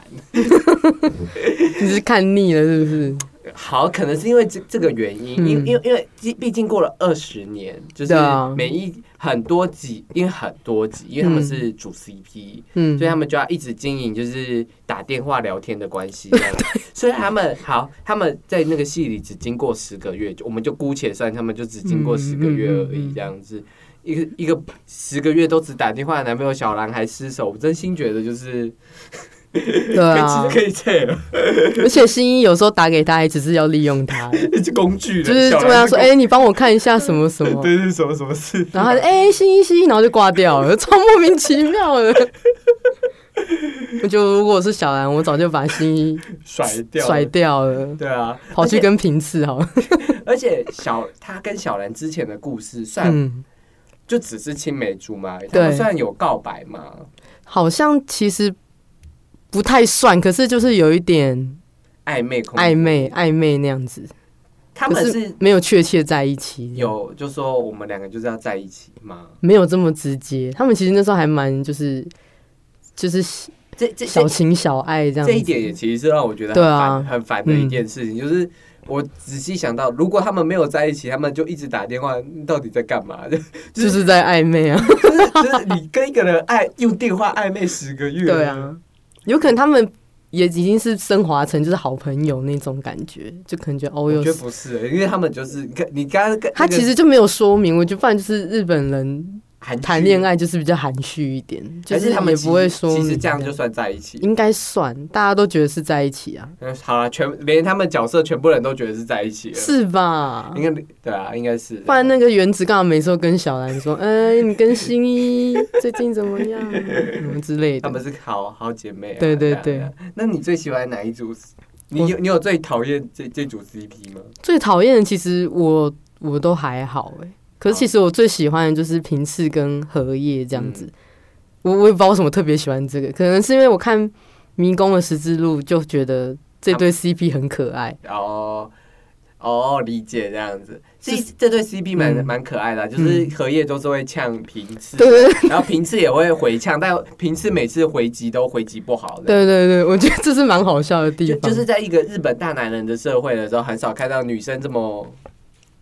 [SPEAKER 2] 你是看腻了是不是？
[SPEAKER 1] 好，可能是因为这这个原因，
[SPEAKER 2] 嗯
[SPEAKER 1] 因、因为因为毕毕竟过了二十年，就是
[SPEAKER 2] 对啊
[SPEAKER 1] 每一很多集，因为很多集，因为他们是主 CP，、
[SPEAKER 2] 嗯，
[SPEAKER 1] 所以他们就要一直经营，就是打电话聊天的关系。这样 所以他们好，他们在那个嗯戏里只经过十个月，就我们就姑且算他们就只经过十个月而已，这样子。一个一个十个月都只打电话的男朋友小兰还失手，我真心觉得就是
[SPEAKER 2] 对
[SPEAKER 1] 可以其
[SPEAKER 2] 啊
[SPEAKER 1] 实，可以这样，
[SPEAKER 2] 而且新一有时候打给他，也只是要利用 他，
[SPEAKER 1] 是工具人，
[SPEAKER 2] 就是
[SPEAKER 1] 小
[SPEAKER 2] 跟
[SPEAKER 1] 兰
[SPEAKER 2] 他说：“哎、你帮我看一下什么什么。
[SPEAKER 1] 哎对是什么什么事”，
[SPEAKER 2] 然后他就哎、新一新一，然后就挂掉了，超莫名其妙的。我就如果我是小兰，我早就把新一
[SPEAKER 1] 甩掉了
[SPEAKER 2] 甩掉了，
[SPEAKER 1] 对啊，
[SPEAKER 2] 跑去跟平次好了。
[SPEAKER 1] 而且小他跟小兰之前的故事算
[SPEAKER 2] 嗯，
[SPEAKER 1] 就只是青梅竹马而已，他们
[SPEAKER 2] 对
[SPEAKER 1] 虽然有告白嘛，
[SPEAKER 2] 好像其实不太算，可是就是有一点
[SPEAKER 1] 暧昧空
[SPEAKER 2] 暧昧暧昧那样子，
[SPEAKER 1] 他
[SPEAKER 2] 可
[SPEAKER 1] 们
[SPEAKER 2] 是
[SPEAKER 1] 是
[SPEAKER 2] 没有确切在一起，
[SPEAKER 1] 有就说我们两个就是要在一起嘛，
[SPEAKER 2] 没有这么直接。他们其实那时候还蛮就是就是
[SPEAKER 1] 这这
[SPEAKER 2] 小
[SPEAKER 1] 这
[SPEAKER 2] 情小爱这样子。
[SPEAKER 1] 这一点也其实是让我觉得很
[SPEAKER 2] 对
[SPEAKER 1] 烦、
[SPEAKER 2] 啊
[SPEAKER 1] 很烦的一件事情，就是。我仔细想到，如果他们没有在一起，他们就一直打电话，你到底在干嘛？ 就
[SPEAKER 2] 就是在暧昧啊，
[SPEAKER 1] 是就是你跟一个人爱用电话暧昧十个月，
[SPEAKER 2] 对啊，有可能他们也已经是升华成就是好朋友那种感觉，就可能觉得哦
[SPEAKER 1] 我
[SPEAKER 2] 哟
[SPEAKER 1] 觉，得不是、欸因为他们就是你看，你刚刚跟
[SPEAKER 2] 他其实就没有说明，我觉得不然就是日本人谈恋
[SPEAKER 1] 爱，
[SPEAKER 2] 爱就是比较含蓄一点，就
[SPEAKER 1] 还是他们
[SPEAKER 2] 也
[SPEAKER 1] 其实
[SPEAKER 2] 不会说明
[SPEAKER 1] 其实这样就算在一起。
[SPEAKER 2] 应该算，大家都觉得是在一起啊，
[SPEAKER 1] 嗯，好了，全连他们角色全部人都觉得是在一起了，
[SPEAKER 2] 是吧？
[SPEAKER 1] 应该对啊，应该是。
[SPEAKER 2] 不然那个原子干嘛每次都跟小兰说，哎、你跟新一最近怎么样，什么之类
[SPEAKER 1] 他们
[SPEAKER 2] 的。
[SPEAKER 1] 是好好姐妹、啊。
[SPEAKER 2] 对对
[SPEAKER 1] 啊啊那你最喜欢哪一组？你
[SPEAKER 2] 我
[SPEAKER 1] 有你有最讨厌这这组 CP 吗？
[SPEAKER 2] 最讨厌的其实我我都还好哎、可是其实我最喜欢的就是平次跟荷叶这样子。
[SPEAKER 1] 嗯
[SPEAKER 2] 我我也不知道为什么特别喜欢这个，可能是因为我看《迷宫的十字路》就觉得这对 CP 很可爱。
[SPEAKER 1] 哦哦，理解这样子。这这对 CP 蛮
[SPEAKER 2] 嗯
[SPEAKER 1] 蛮、可爱的啊、就是荷叶都是会呛平次，
[SPEAKER 2] 对对对
[SPEAKER 1] 然后平次也会回呛，但平次每次回击都回击不好的。
[SPEAKER 2] 对对对，我觉得这是蛮好笑的地
[SPEAKER 1] 就
[SPEAKER 2] 方。
[SPEAKER 1] 就是在一个日本大男人的社会的时候，很少看到女生这么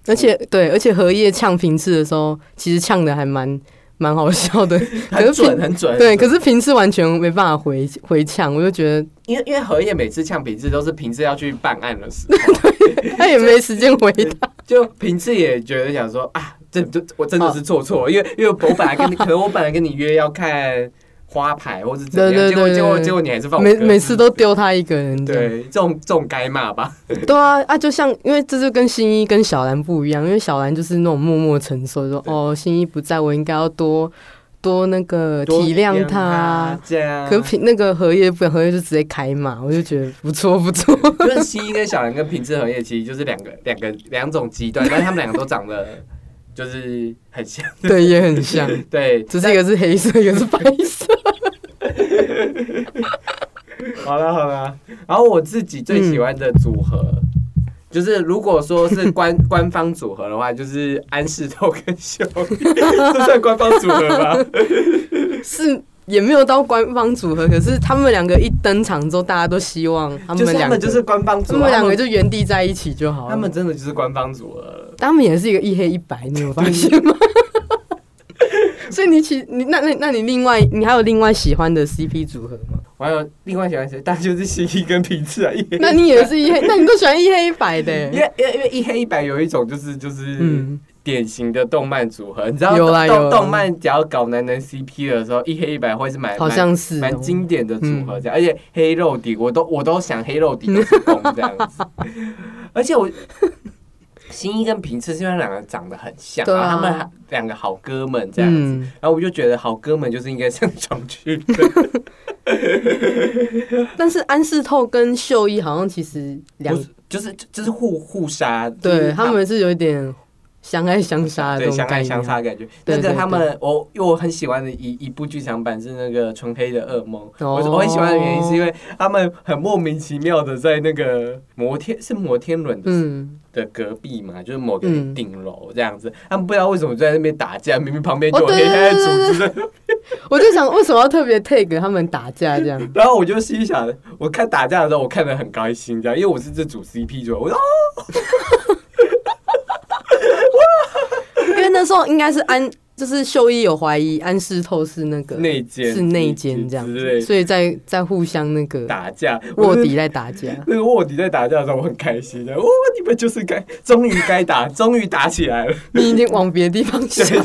[SPEAKER 2] 而且对，而且荷叶呛平次的时候，其实呛的还蛮蛮好笑的。可
[SPEAKER 1] 很
[SPEAKER 2] 是
[SPEAKER 1] 准
[SPEAKER 2] 平
[SPEAKER 1] 很准。
[SPEAKER 2] 对，可是平次完全没办法回回呛，我就觉得
[SPEAKER 1] 因为因为荷叶每次呛平次都是平次要去办案的时候，哎
[SPEAKER 2] 他也没时间回答。
[SPEAKER 1] 就平次也觉得想说啊，这这我真的是做错，了，因为因为我本来 跟你，可能我本来跟你约要看花牌或是怎么样，
[SPEAKER 2] 对对对
[SPEAKER 1] 结果结果
[SPEAKER 2] 对
[SPEAKER 1] 结果你还是放我
[SPEAKER 2] 每
[SPEAKER 1] 鸽子
[SPEAKER 2] 每次都丢他一个人这样。
[SPEAKER 1] 对这种这种该骂吧，
[SPEAKER 2] 对啊，啊，就像因为这就跟新一跟小兰不一样，因为小兰就是那种默默承受，说
[SPEAKER 1] 对
[SPEAKER 2] 哦，新一不在，我应该要多多那个体谅他。
[SPEAKER 1] 这样。
[SPEAKER 2] 可平那个荷叶不，荷叶就直接开骂，我就觉得不错 不错。
[SPEAKER 1] 就是西一跟小兰跟平次荷叶其实就是两个两个两种极端，但是他们两个都长得就是很像，
[SPEAKER 2] 对，也很像，
[SPEAKER 1] 对，
[SPEAKER 2] 只是一个是黑色，一个是白 色。
[SPEAKER 1] 好了好了，然后我自己最喜欢的组合，就是如果说 是官官方组合的话，就是安室透跟秀玉， 这算官方组合吧？
[SPEAKER 2] 是也没有到官方组合，可是他们两个一登场之后，大家都希望 他
[SPEAKER 1] 就
[SPEAKER 2] 们
[SPEAKER 1] 是他
[SPEAKER 2] 两
[SPEAKER 1] 们
[SPEAKER 2] 个
[SPEAKER 1] 就是官方组
[SPEAKER 2] 他
[SPEAKER 1] 合，
[SPEAKER 2] 们两个就原地在一起就好了。
[SPEAKER 1] 他们真的就是官方组合了。
[SPEAKER 2] 他们也是一个一黑一白，你有发现 吗？所以你其你那那那你另外你还有另外喜欢的 CP 组合吗？
[SPEAKER 1] 我还有另外喜欢谁？但就是西一跟平次啊，一黑
[SPEAKER 2] 那你也是一黑， 那你都喜欢一黑一 白的、
[SPEAKER 1] 因为因为因为一黑一白有一种就是就是。
[SPEAKER 2] 嗯，
[SPEAKER 1] 典型的动漫组合，你知道
[SPEAKER 2] 有啦
[SPEAKER 1] 动
[SPEAKER 2] 有啦
[SPEAKER 1] 动漫只要搞男男 CP 的时候，一黑一白会是蛮
[SPEAKER 2] 好像是、
[SPEAKER 1] 蛮
[SPEAKER 2] 哦。
[SPEAKER 1] 经典的组合
[SPEAKER 2] 嗯
[SPEAKER 1] 这样，而且黑肉底我都我都想黑肉底都是攻这样 子，而且我新一跟平次是因为两个长得很像，
[SPEAKER 2] 对啊
[SPEAKER 1] 然后他们还两个好哥们这样子，
[SPEAKER 2] 嗯，
[SPEAKER 1] 然后我就觉得好哥们就是应该上床去，
[SPEAKER 2] 但是安室透跟秀一好像其实两
[SPEAKER 1] 不是就是就是互互杀，就是
[SPEAKER 2] 对他们是有一点相爱相杀的
[SPEAKER 1] 对
[SPEAKER 2] 这
[SPEAKER 1] 相
[SPEAKER 2] 种
[SPEAKER 1] 爱
[SPEAKER 2] 概
[SPEAKER 1] 相
[SPEAKER 2] 念。
[SPEAKER 1] 杀的感觉。
[SPEAKER 2] 对对
[SPEAKER 1] 那个他们，我因为我很喜欢的一一部剧场版是那个《纯黑的噩梦》，
[SPEAKER 2] 哦
[SPEAKER 1] 我我很喜欢的原因是因为他们很莫名其妙的在那个摩天是摩天轮的
[SPEAKER 2] 嗯，
[SPEAKER 1] 的隔壁嘛，就是某个
[SPEAKER 2] 嗯
[SPEAKER 1] 顶楼这样子，他们不知道为什么就在那边打架，明明旁边就有
[SPEAKER 2] 哦对
[SPEAKER 1] 黑
[SPEAKER 2] 对
[SPEAKER 1] 黑的
[SPEAKER 2] 对
[SPEAKER 1] 组织，
[SPEAKER 2] 我就想为什么要特别 take 他们打架这样？
[SPEAKER 1] 然后我就心里想，我看打架的时候，我看得很开心，这样，因为我是这组 CP 组，我说哦，
[SPEAKER 2] 因为那时候应该是安就是秀一有怀疑安室透是那个
[SPEAKER 1] 内奸
[SPEAKER 2] 是内奸这样
[SPEAKER 1] 之类
[SPEAKER 2] 子，
[SPEAKER 1] 的
[SPEAKER 2] 所以在在互相那个
[SPEAKER 1] 打架
[SPEAKER 2] 卧底。在打架。
[SPEAKER 1] 那个卧底在打架的时候，我很开心的，哦，你们就是该，终于该打，终于打起来了，
[SPEAKER 2] 你已经往别的地方想，
[SPEAKER 1] 啊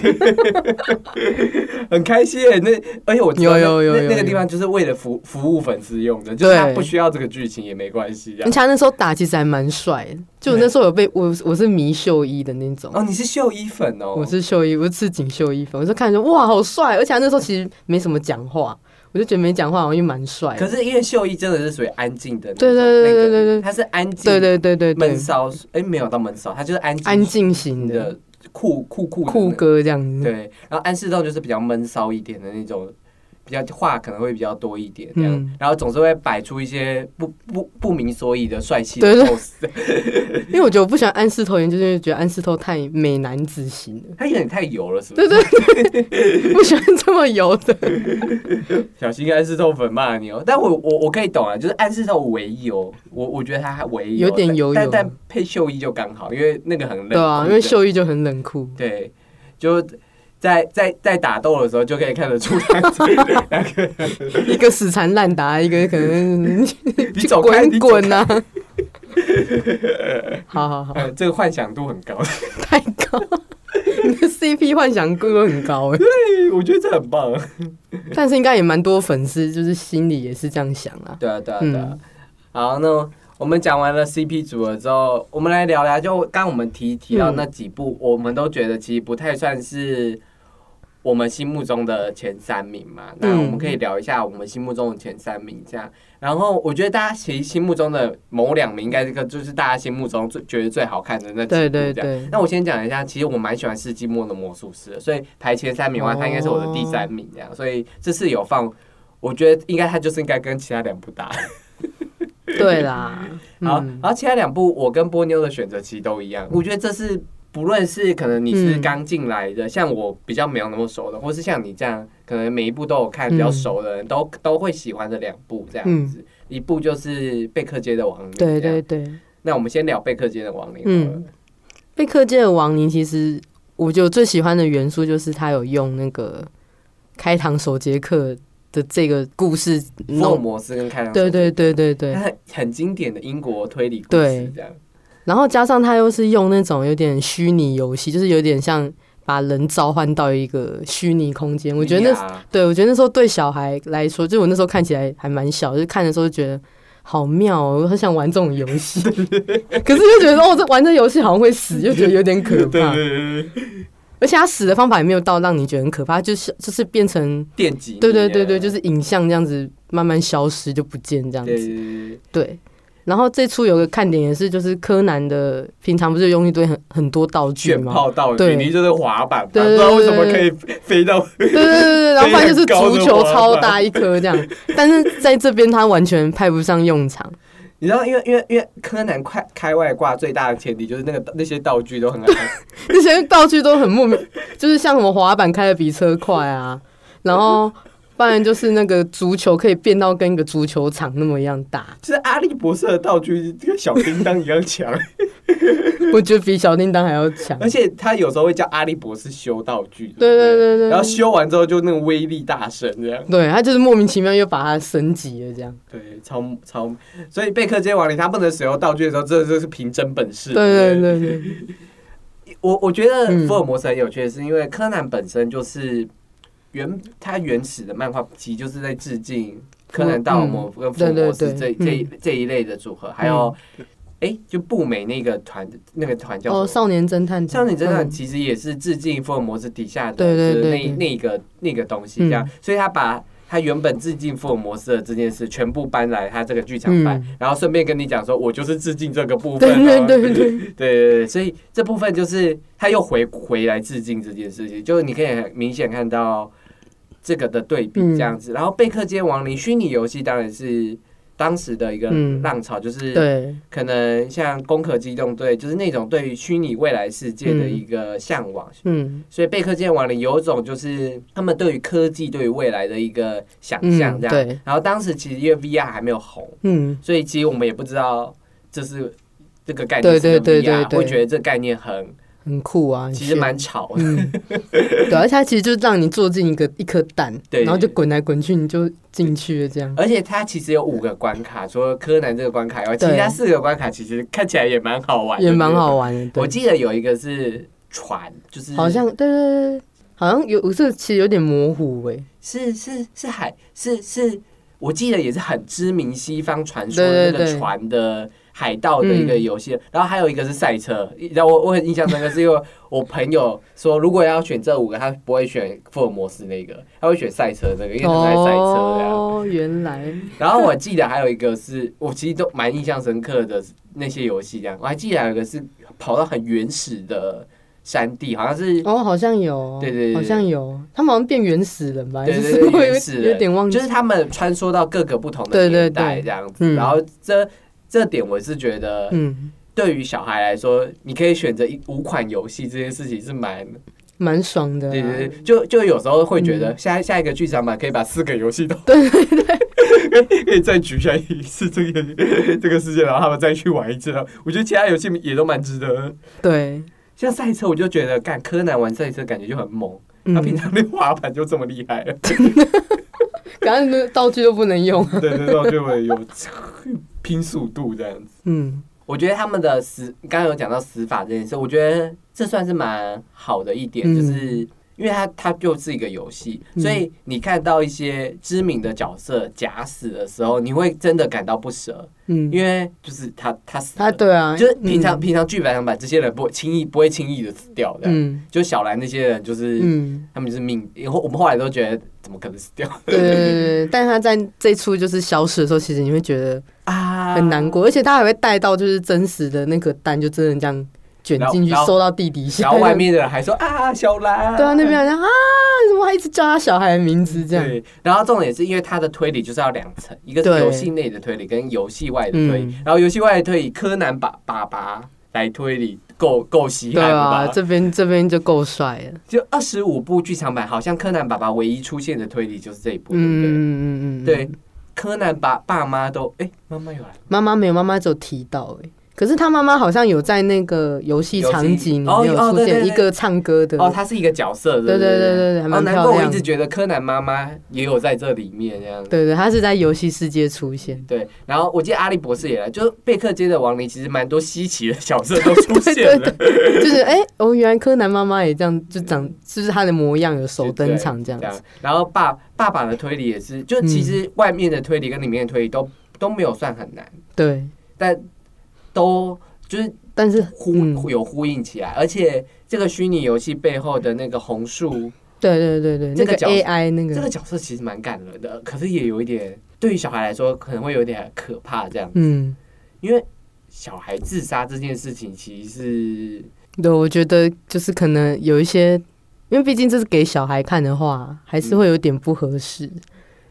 [SPEAKER 1] 很开心耶。那而且我知道
[SPEAKER 2] 有有有
[SPEAKER 1] 那那
[SPEAKER 2] 有
[SPEAKER 1] 那个地
[SPEAKER 2] 有
[SPEAKER 1] 方就是为了服服务粉丝用的，就是他
[SPEAKER 2] 对
[SPEAKER 1] 不需要这个剧情也没关系啊
[SPEAKER 2] 而且。他那时候打其实还蛮帅的，就我那时候有被我我是迷秀一的那种。
[SPEAKER 1] 哦，你是秀衣粉哦，
[SPEAKER 2] 我是秀一，我是赤井秀一粉，我就看着哇，好帅！而且他那时候其实没什么讲话，我就觉得没讲话好像又蛮帅的。
[SPEAKER 1] 可是因为秀一真的是属于安静的那种，
[SPEAKER 2] 对对对
[SPEAKER 1] 那个
[SPEAKER 2] 对对对
[SPEAKER 1] 他是安静，
[SPEAKER 2] 对对对对对
[SPEAKER 1] 闷，骚，哎、没有到闷骚，他就是安静
[SPEAKER 2] 安静型的
[SPEAKER 1] 的酷酷酷的
[SPEAKER 2] 酷
[SPEAKER 1] 那
[SPEAKER 2] 哥这样子。
[SPEAKER 1] 对，然后安室透就是比较闷骚一点的那种，比较话可能会比较多一点这样，
[SPEAKER 2] 嗯
[SPEAKER 1] 然后总是会摆出一些不不不明所以的帅气
[SPEAKER 2] 对
[SPEAKER 1] 的
[SPEAKER 2] 对
[SPEAKER 1] pose，
[SPEAKER 2] 因为我觉得我不喜欢安室透颜，就是因为觉得安室透太美男子型了，
[SPEAKER 1] 他有点太油了，是不
[SPEAKER 2] 对
[SPEAKER 1] 是？
[SPEAKER 2] 对 对，不喜欢这么油的。
[SPEAKER 1] 小心安室透粉骂你哦。但我我我可以懂啊，就是安室透为油，我我觉得他还为油，
[SPEAKER 2] 有点油
[SPEAKER 1] 但
[SPEAKER 2] 油
[SPEAKER 1] 但但配秀一就刚好，因为那个很冷酷
[SPEAKER 2] 对
[SPEAKER 1] 这样，
[SPEAKER 2] 啊，因为秀一就很冷酷，
[SPEAKER 1] 对，就在在在打斗的时候就可以看得出来 那个
[SPEAKER 2] 一个死缠烂打，一个可能
[SPEAKER 1] 你
[SPEAKER 2] 去
[SPEAKER 1] 走开，
[SPEAKER 2] 滚
[SPEAKER 1] 你走
[SPEAKER 2] 滚啊！ 好好好，
[SPEAKER 1] 呃，这个幻想度很高，
[SPEAKER 2] 太高， 你的 CP 幻想度都很高哎，
[SPEAKER 1] 对，我觉得这很棒。
[SPEAKER 2] 但是应该也蛮多粉丝就是心里也是这样想 啊。
[SPEAKER 1] 对啊，对啊，对啊。好，那我们讲完了 CP 组了之后，我们来聊聊，就刚我们提提到那几部，我们都觉得其实不太算是我们心目中的前三名
[SPEAKER 2] 嗯
[SPEAKER 1] 嘛。那我们可以聊一下我们心目中的前三名这样。然后我觉得大家其实心目中的某两名，应该这个就是大家心目中最觉得最好看的那几部
[SPEAKER 2] 对对
[SPEAKER 1] 这样
[SPEAKER 2] 对
[SPEAKER 1] 那我先讲一下，其实我蛮喜欢世纪末的魔术师的，所以排前三名的话，
[SPEAKER 2] 哦
[SPEAKER 1] 它应该是我的第三名这样。所以这次有放，我觉得应该它就是应该跟其他两部搭。
[SPEAKER 2] 对啦，
[SPEAKER 1] 好，
[SPEAKER 2] 嗯
[SPEAKER 1] 然后其他两部我跟波妞的选择其实都一样，我觉得这是不论是可能你是
[SPEAKER 2] 嗯
[SPEAKER 1] 刚进来的，像我比较没有那么熟的，或是像你这样可能每一部都有看比
[SPEAKER 2] 嗯
[SPEAKER 1] 较熟的人，都都会喜欢的两部这样子。一部就是贝克街的亡灵，
[SPEAKER 2] 对
[SPEAKER 1] 这样
[SPEAKER 2] 嗯对。对。
[SPEAKER 1] 那我们先聊贝克街的亡灵好了。
[SPEAKER 2] 嗯贝克街的亡灵，其实我觉得我最喜欢的元素就是他有用那个开膛手杰克的这个故事
[SPEAKER 1] 福尔
[SPEAKER 2] 弄，
[SPEAKER 1] 摩斯跟开朗，
[SPEAKER 2] 嗯对对对对对
[SPEAKER 1] 它，很很经典的英国推理故
[SPEAKER 2] 对
[SPEAKER 1] 事这样。
[SPEAKER 2] 然后加上他又是用那种有点虚拟游戏，就是有点像把人召唤到一个虚拟啊空间，我觉得那
[SPEAKER 1] 那
[SPEAKER 2] 对，我觉得那时候对小孩来说，就我那时候看起来还蛮小，就看的时候就觉得好妙哦，我很想玩这种游 戏。可是又觉得哦，这玩这游戏好像会死，又觉得有点可 怕。
[SPEAKER 1] 啊
[SPEAKER 2] 而且他死的方法也没有到让你觉得很可怕，就是就是变成
[SPEAKER 1] 电击，
[SPEAKER 2] 对对对对，就是是影像这样子慢慢消失就不见这样
[SPEAKER 1] 对
[SPEAKER 2] 子。
[SPEAKER 1] 对对
[SPEAKER 2] 对，然后这出有个看点也是，就是柯南的平常不是用一堆很很多道具
[SPEAKER 1] 卷
[SPEAKER 2] 吗？
[SPEAKER 1] 炮道具，
[SPEAKER 2] 对
[SPEAKER 1] 你就是滑板吧，不
[SPEAKER 2] 对对
[SPEAKER 1] 知
[SPEAKER 2] 对
[SPEAKER 1] 道为什么可以飞到
[SPEAKER 2] 对对对对，然后不然就是足
[SPEAKER 1] 非常
[SPEAKER 2] 球
[SPEAKER 1] 高的花
[SPEAKER 2] 超
[SPEAKER 1] 瓣
[SPEAKER 2] 大一颗这样，但是在这边他完全派不上用场。
[SPEAKER 1] 你知道，因为因为因为柯南快开外挂最大的前提就是那个那些道具都很好看，
[SPEAKER 2] 那些道具都很莫名，就是像什么滑板开的比车快啊，然后不然就是那个足球可以变到跟一个足球场那么一样大，
[SPEAKER 1] 就是阿笠博士的道具跟小叮当一样 强，
[SPEAKER 2] 我觉得比小叮当还要强。
[SPEAKER 1] 而且他有时候会叫阿笠博士修道具，
[SPEAKER 2] 对
[SPEAKER 1] 不
[SPEAKER 2] 对对对
[SPEAKER 1] 然后修完之后就那个威力大盛这样，
[SPEAKER 2] 对他就是莫名其妙又把它升级了这样。
[SPEAKER 1] 对，超超，所以贝克街亡灵他不能使用道具的时候，这就是凭真本事，
[SPEAKER 2] 对对对对，
[SPEAKER 1] 我我觉得
[SPEAKER 2] 嗯
[SPEAKER 1] 福尔摩斯很有趣的是，因为柯南本身就是原他原始的漫画，其实就是在致敬柯南、道尔摩跟福尔摩斯这
[SPEAKER 2] 对嗯对对嗯
[SPEAKER 1] 这一这一类的组合，还有哎，就步美那个团那个团叫
[SPEAKER 2] 哦，
[SPEAKER 1] 什么？
[SPEAKER 2] 少年侦探
[SPEAKER 1] 少年侦探
[SPEAKER 2] 嗯
[SPEAKER 1] 其实也是致敬福尔摩斯底下的
[SPEAKER 2] 对对
[SPEAKER 1] 就是
[SPEAKER 2] 对
[SPEAKER 1] 那
[SPEAKER 2] 嗯对
[SPEAKER 1] 那个那个东西这样，所以他把。他原本致敬福尔摩斯的这件事，全部搬来他这个剧场版，然后顺便跟你讲说，我就是致敬这个部分、
[SPEAKER 2] 嗯对
[SPEAKER 1] 哦。
[SPEAKER 2] 对对对，
[SPEAKER 1] 对对对，所以这部分就是他又回回来致敬这件事情，就是你可以很明显看到这个的对比
[SPEAKER 2] 嗯
[SPEAKER 1] 这样子。然后《贝克街亡灵》虚拟游戏当然是当时的一个
[SPEAKER 2] 嗯
[SPEAKER 1] 浪潮，就是
[SPEAKER 2] 对
[SPEAKER 1] 可能像《攻壳机动队》，就是那种对于虚拟未来世界的
[SPEAKER 2] 嗯
[SPEAKER 1] 一个向往。
[SPEAKER 2] 嗯
[SPEAKER 1] 所以《贝克街亡灵》有一种就是他们对于科技、对于未来的一个想象
[SPEAKER 2] 嗯
[SPEAKER 1] 这样。
[SPEAKER 2] 对
[SPEAKER 1] 然后当时其实因为 VR 还没有红，
[SPEAKER 2] 嗯
[SPEAKER 1] 所以其实我们也不知道这是这个概念是
[SPEAKER 2] 对
[SPEAKER 1] 不
[SPEAKER 2] 对
[SPEAKER 1] 是啊 VR，
[SPEAKER 2] 对对对
[SPEAKER 1] 会觉得这个概念很
[SPEAKER 2] 很酷啊，很
[SPEAKER 1] 其实蛮
[SPEAKER 2] 炫
[SPEAKER 1] 吵的。
[SPEAKER 2] 嗯， 对，而且它其实就让你坐进一个一颗蛋，
[SPEAKER 1] 对
[SPEAKER 2] 然后就滚来滚去，你就进去了这样。
[SPEAKER 1] 而且它其实有五个关卡，除了柯南这个关卡以外，其
[SPEAKER 2] 对
[SPEAKER 1] 他四个关卡其实看起来也蛮好玩的，
[SPEAKER 2] 也蛮好玩的，
[SPEAKER 1] 对。我
[SPEAKER 2] 对，
[SPEAKER 1] 记得有一个是船，就是
[SPEAKER 2] 好像对对对，好像有这个其实有点模糊哎、
[SPEAKER 1] 是是是海是是，我记得也是很知名西方传说的那
[SPEAKER 2] 对对嗯
[SPEAKER 1] 个
[SPEAKER 2] 对
[SPEAKER 1] 船的海盗的一个游戏，然后还有一个是赛车。然后我我很印象深刻，是因为我朋友说，如果要选这五个，他不会选福尔摩斯那个，他会选赛车这个，因为他很爱赛车这样。
[SPEAKER 2] 哦，原来
[SPEAKER 1] 然后我记得还有一个是我其实都蛮印象深刻的那些游戏，这样我还记得还有一个是跑到很原始的山地，好像是
[SPEAKER 2] 哦，好像有，
[SPEAKER 1] 对对对对
[SPEAKER 2] 好像有，他们好像变原始人吧，
[SPEAKER 1] 对对
[SPEAKER 2] 还是什
[SPEAKER 1] 对，
[SPEAKER 2] 么
[SPEAKER 1] 原始
[SPEAKER 2] 有有点忘记
[SPEAKER 1] 就是他们穿梭到各个不同的
[SPEAKER 2] 嗯对对
[SPEAKER 1] 年代
[SPEAKER 2] 对
[SPEAKER 1] 这样子。
[SPEAKER 2] 嗯
[SPEAKER 1] 然后这这点我是觉得，
[SPEAKER 2] 嗯，
[SPEAKER 1] 对于小孩来说，你可以选择一五款游戏这件事情是蛮，
[SPEAKER 2] 蛮爽的啊、嗯
[SPEAKER 1] 对对对，就就有时候会觉得下下一个剧场版可以把四个游戏都
[SPEAKER 2] 对
[SPEAKER 1] 对对， 可以再举下一次这个 这个事件，然后他们再去玩一次。然后我觉得其他游戏也都蛮值得。
[SPEAKER 2] 对
[SPEAKER 1] 像赛车，我就觉得干柯南玩赛车感觉就很猛，他平
[SPEAKER 2] 嗯，
[SPEAKER 1] 常练滑板就这么厉 害了。
[SPEAKER 2] 刚刚那道具都不能用，
[SPEAKER 1] 对对对，就会有 拼速度这样子。
[SPEAKER 2] 嗯，
[SPEAKER 1] 我觉得他们的死，刚刚有讲到死法这件事，我觉得这算是蛮好的一点，
[SPEAKER 2] 嗯
[SPEAKER 1] 就是因为它它就是一个游戏，
[SPEAKER 2] 嗯
[SPEAKER 1] 所以你看到一些知名的角色假死的时候，你会真的感到不舍，
[SPEAKER 2] 嗯，
[SPEAKER 1] 因为就是他他死了
[SPEAKER 2] 啊，对啊，
[SPEAKER 1] 就是平常、
[SPEAKER 2] 嗯
[SPEAKER 1] 平常剧本上版这些人不会轻易不会轻易的死掉的，
[SPEAKER 2] 嗯
[SPEAKER 1] 就小兰那些人就是、
[SPEAKER 2] 嗯，
[SPEAKER 1] 他们就是命，以后我们后来都觉得怎么可能死掉
[SPEAKER 2] 对对对对对，但他在这一出就是消失的时候，其实你会觉得
[SPEAKER 1] 啊
[SPEAKER 2] 很难过，而且他还会带到就是真实的那个蛋，就真的这样卷进去
[SPEAKER 1] 然后然后
[SPEAKER 2] 收到地底下，
[SPEAKER 1] 然后外面的人还说啊，小兰，
[SPEAKER 2] 对啊，那边好像啊，你怎么还一直叫他小孩的名字这样？
[SPEAKER 1] 对，然后重点是因为它的推理就是要两层，一个是
[SPEAKER 2] 对
[SPEAKER 1] 游戏内的推理跟游戏外的推理，
[SPEAKER 2] 嗯
[SPEAKER 1] 然后游戏外的推理，柯南爸爸爸来推理，够够稀
[SPEAKER 2] 对
[SPEAKER 1] 罕了吧？
[SPEAKER 2] 啊，这边这边就够帅了。
[SPEAKER 1] 就二十五部剧场版，好像柯南爸爸唯一出现的推理就是这一部，
[SPEAKER 2] 嗯嗯嗯嗯，
[SPEAKER 1] 对不对？对，柯南爸爸妈都，哎、妈妈有来吗，
[SPEAKER 2] 妈妈没有，妈妈只有提到哎、可是他妈妈好像有在那个游戏场景里
[SPEAKER 1] 游戏
[SPEAKER 2] 面有
[SPEAKER 1] 哦哦
[SPEAKER 2] 出
[SPEAKER 1] 对对
[SPEAKER 2] 现
[SPEAKER 1] 对
[SPEAKER 2] 一个唱歌的，
[SPEAKER 1] 哦，他是一个角色，
[SPEAKER 2] 对
[SPEAKER 1] 不
[SPEAKER 2] 对对对对还
[SPEAKER 1] 哦，
[SPEAKER 2] 蛮
[SPEAKER 1] 难
[SPEAKER 2] 漂
[SPEAKER 1] 怪我一
[SPEAKER 2] 亮
[SPEAKER 1] 直
[SPEAKER 2] 的。
[SPEAKER 1] 觉得柯南妈妈也有在这里面这样子。
[SPEAKER 2] 对对，他是在游戏世界出现。
[SPEAKER 1] 对，然后我记得阿笠博士也来，就是贝克街的亡灵，其实蛮多稀奇的角色都出现
[SPEAKER 2] 对对
[SPEAKER 1] 了。
[SPEAKER 2] 对，就是哎、哦，原来柯南妈妈也这样，就长，就是他的模样有首登场这样
[SPEAKER 1] 这样
[SPEAKER 2] 子。。嗯
[SPEAKER 1] 然后爸爸爸的推理也是，就其实外面的推理跟里面的推理都、都没有算很难，
[SPEAKER 2] 对，
[SPEAKER 1] 但都就是
[SPEAKER 2] 但是
[SPEAKER 1] 呼、
[SPEAKER 2] 嗯
[SPEAKER 1] 有呼应起来，而且这个虚拟游戏背后的那个红树、
[SPEAKER 2] 对对对对，
[SPEAKER 1] 这
[SPEAKER 2] 那
[SPEAKER 1] 个
[SPEAKER 2] 个
[SPEAKER 1] 角
[SPEAKER 2] AI 那个，
[SPEAKER 1] 这个角色其实蛮感人的，可是也有一点对于小孩来说可能会有点可怕这样，
[SPEAKER 2] 嗯，
[SPEAKER 1] 因为小孩自杀这件事情其实是
[SPEAKER 2] 对，我觉得就是可能有一些，因为毕竟这是给小孩看的话，还是会有点不合适。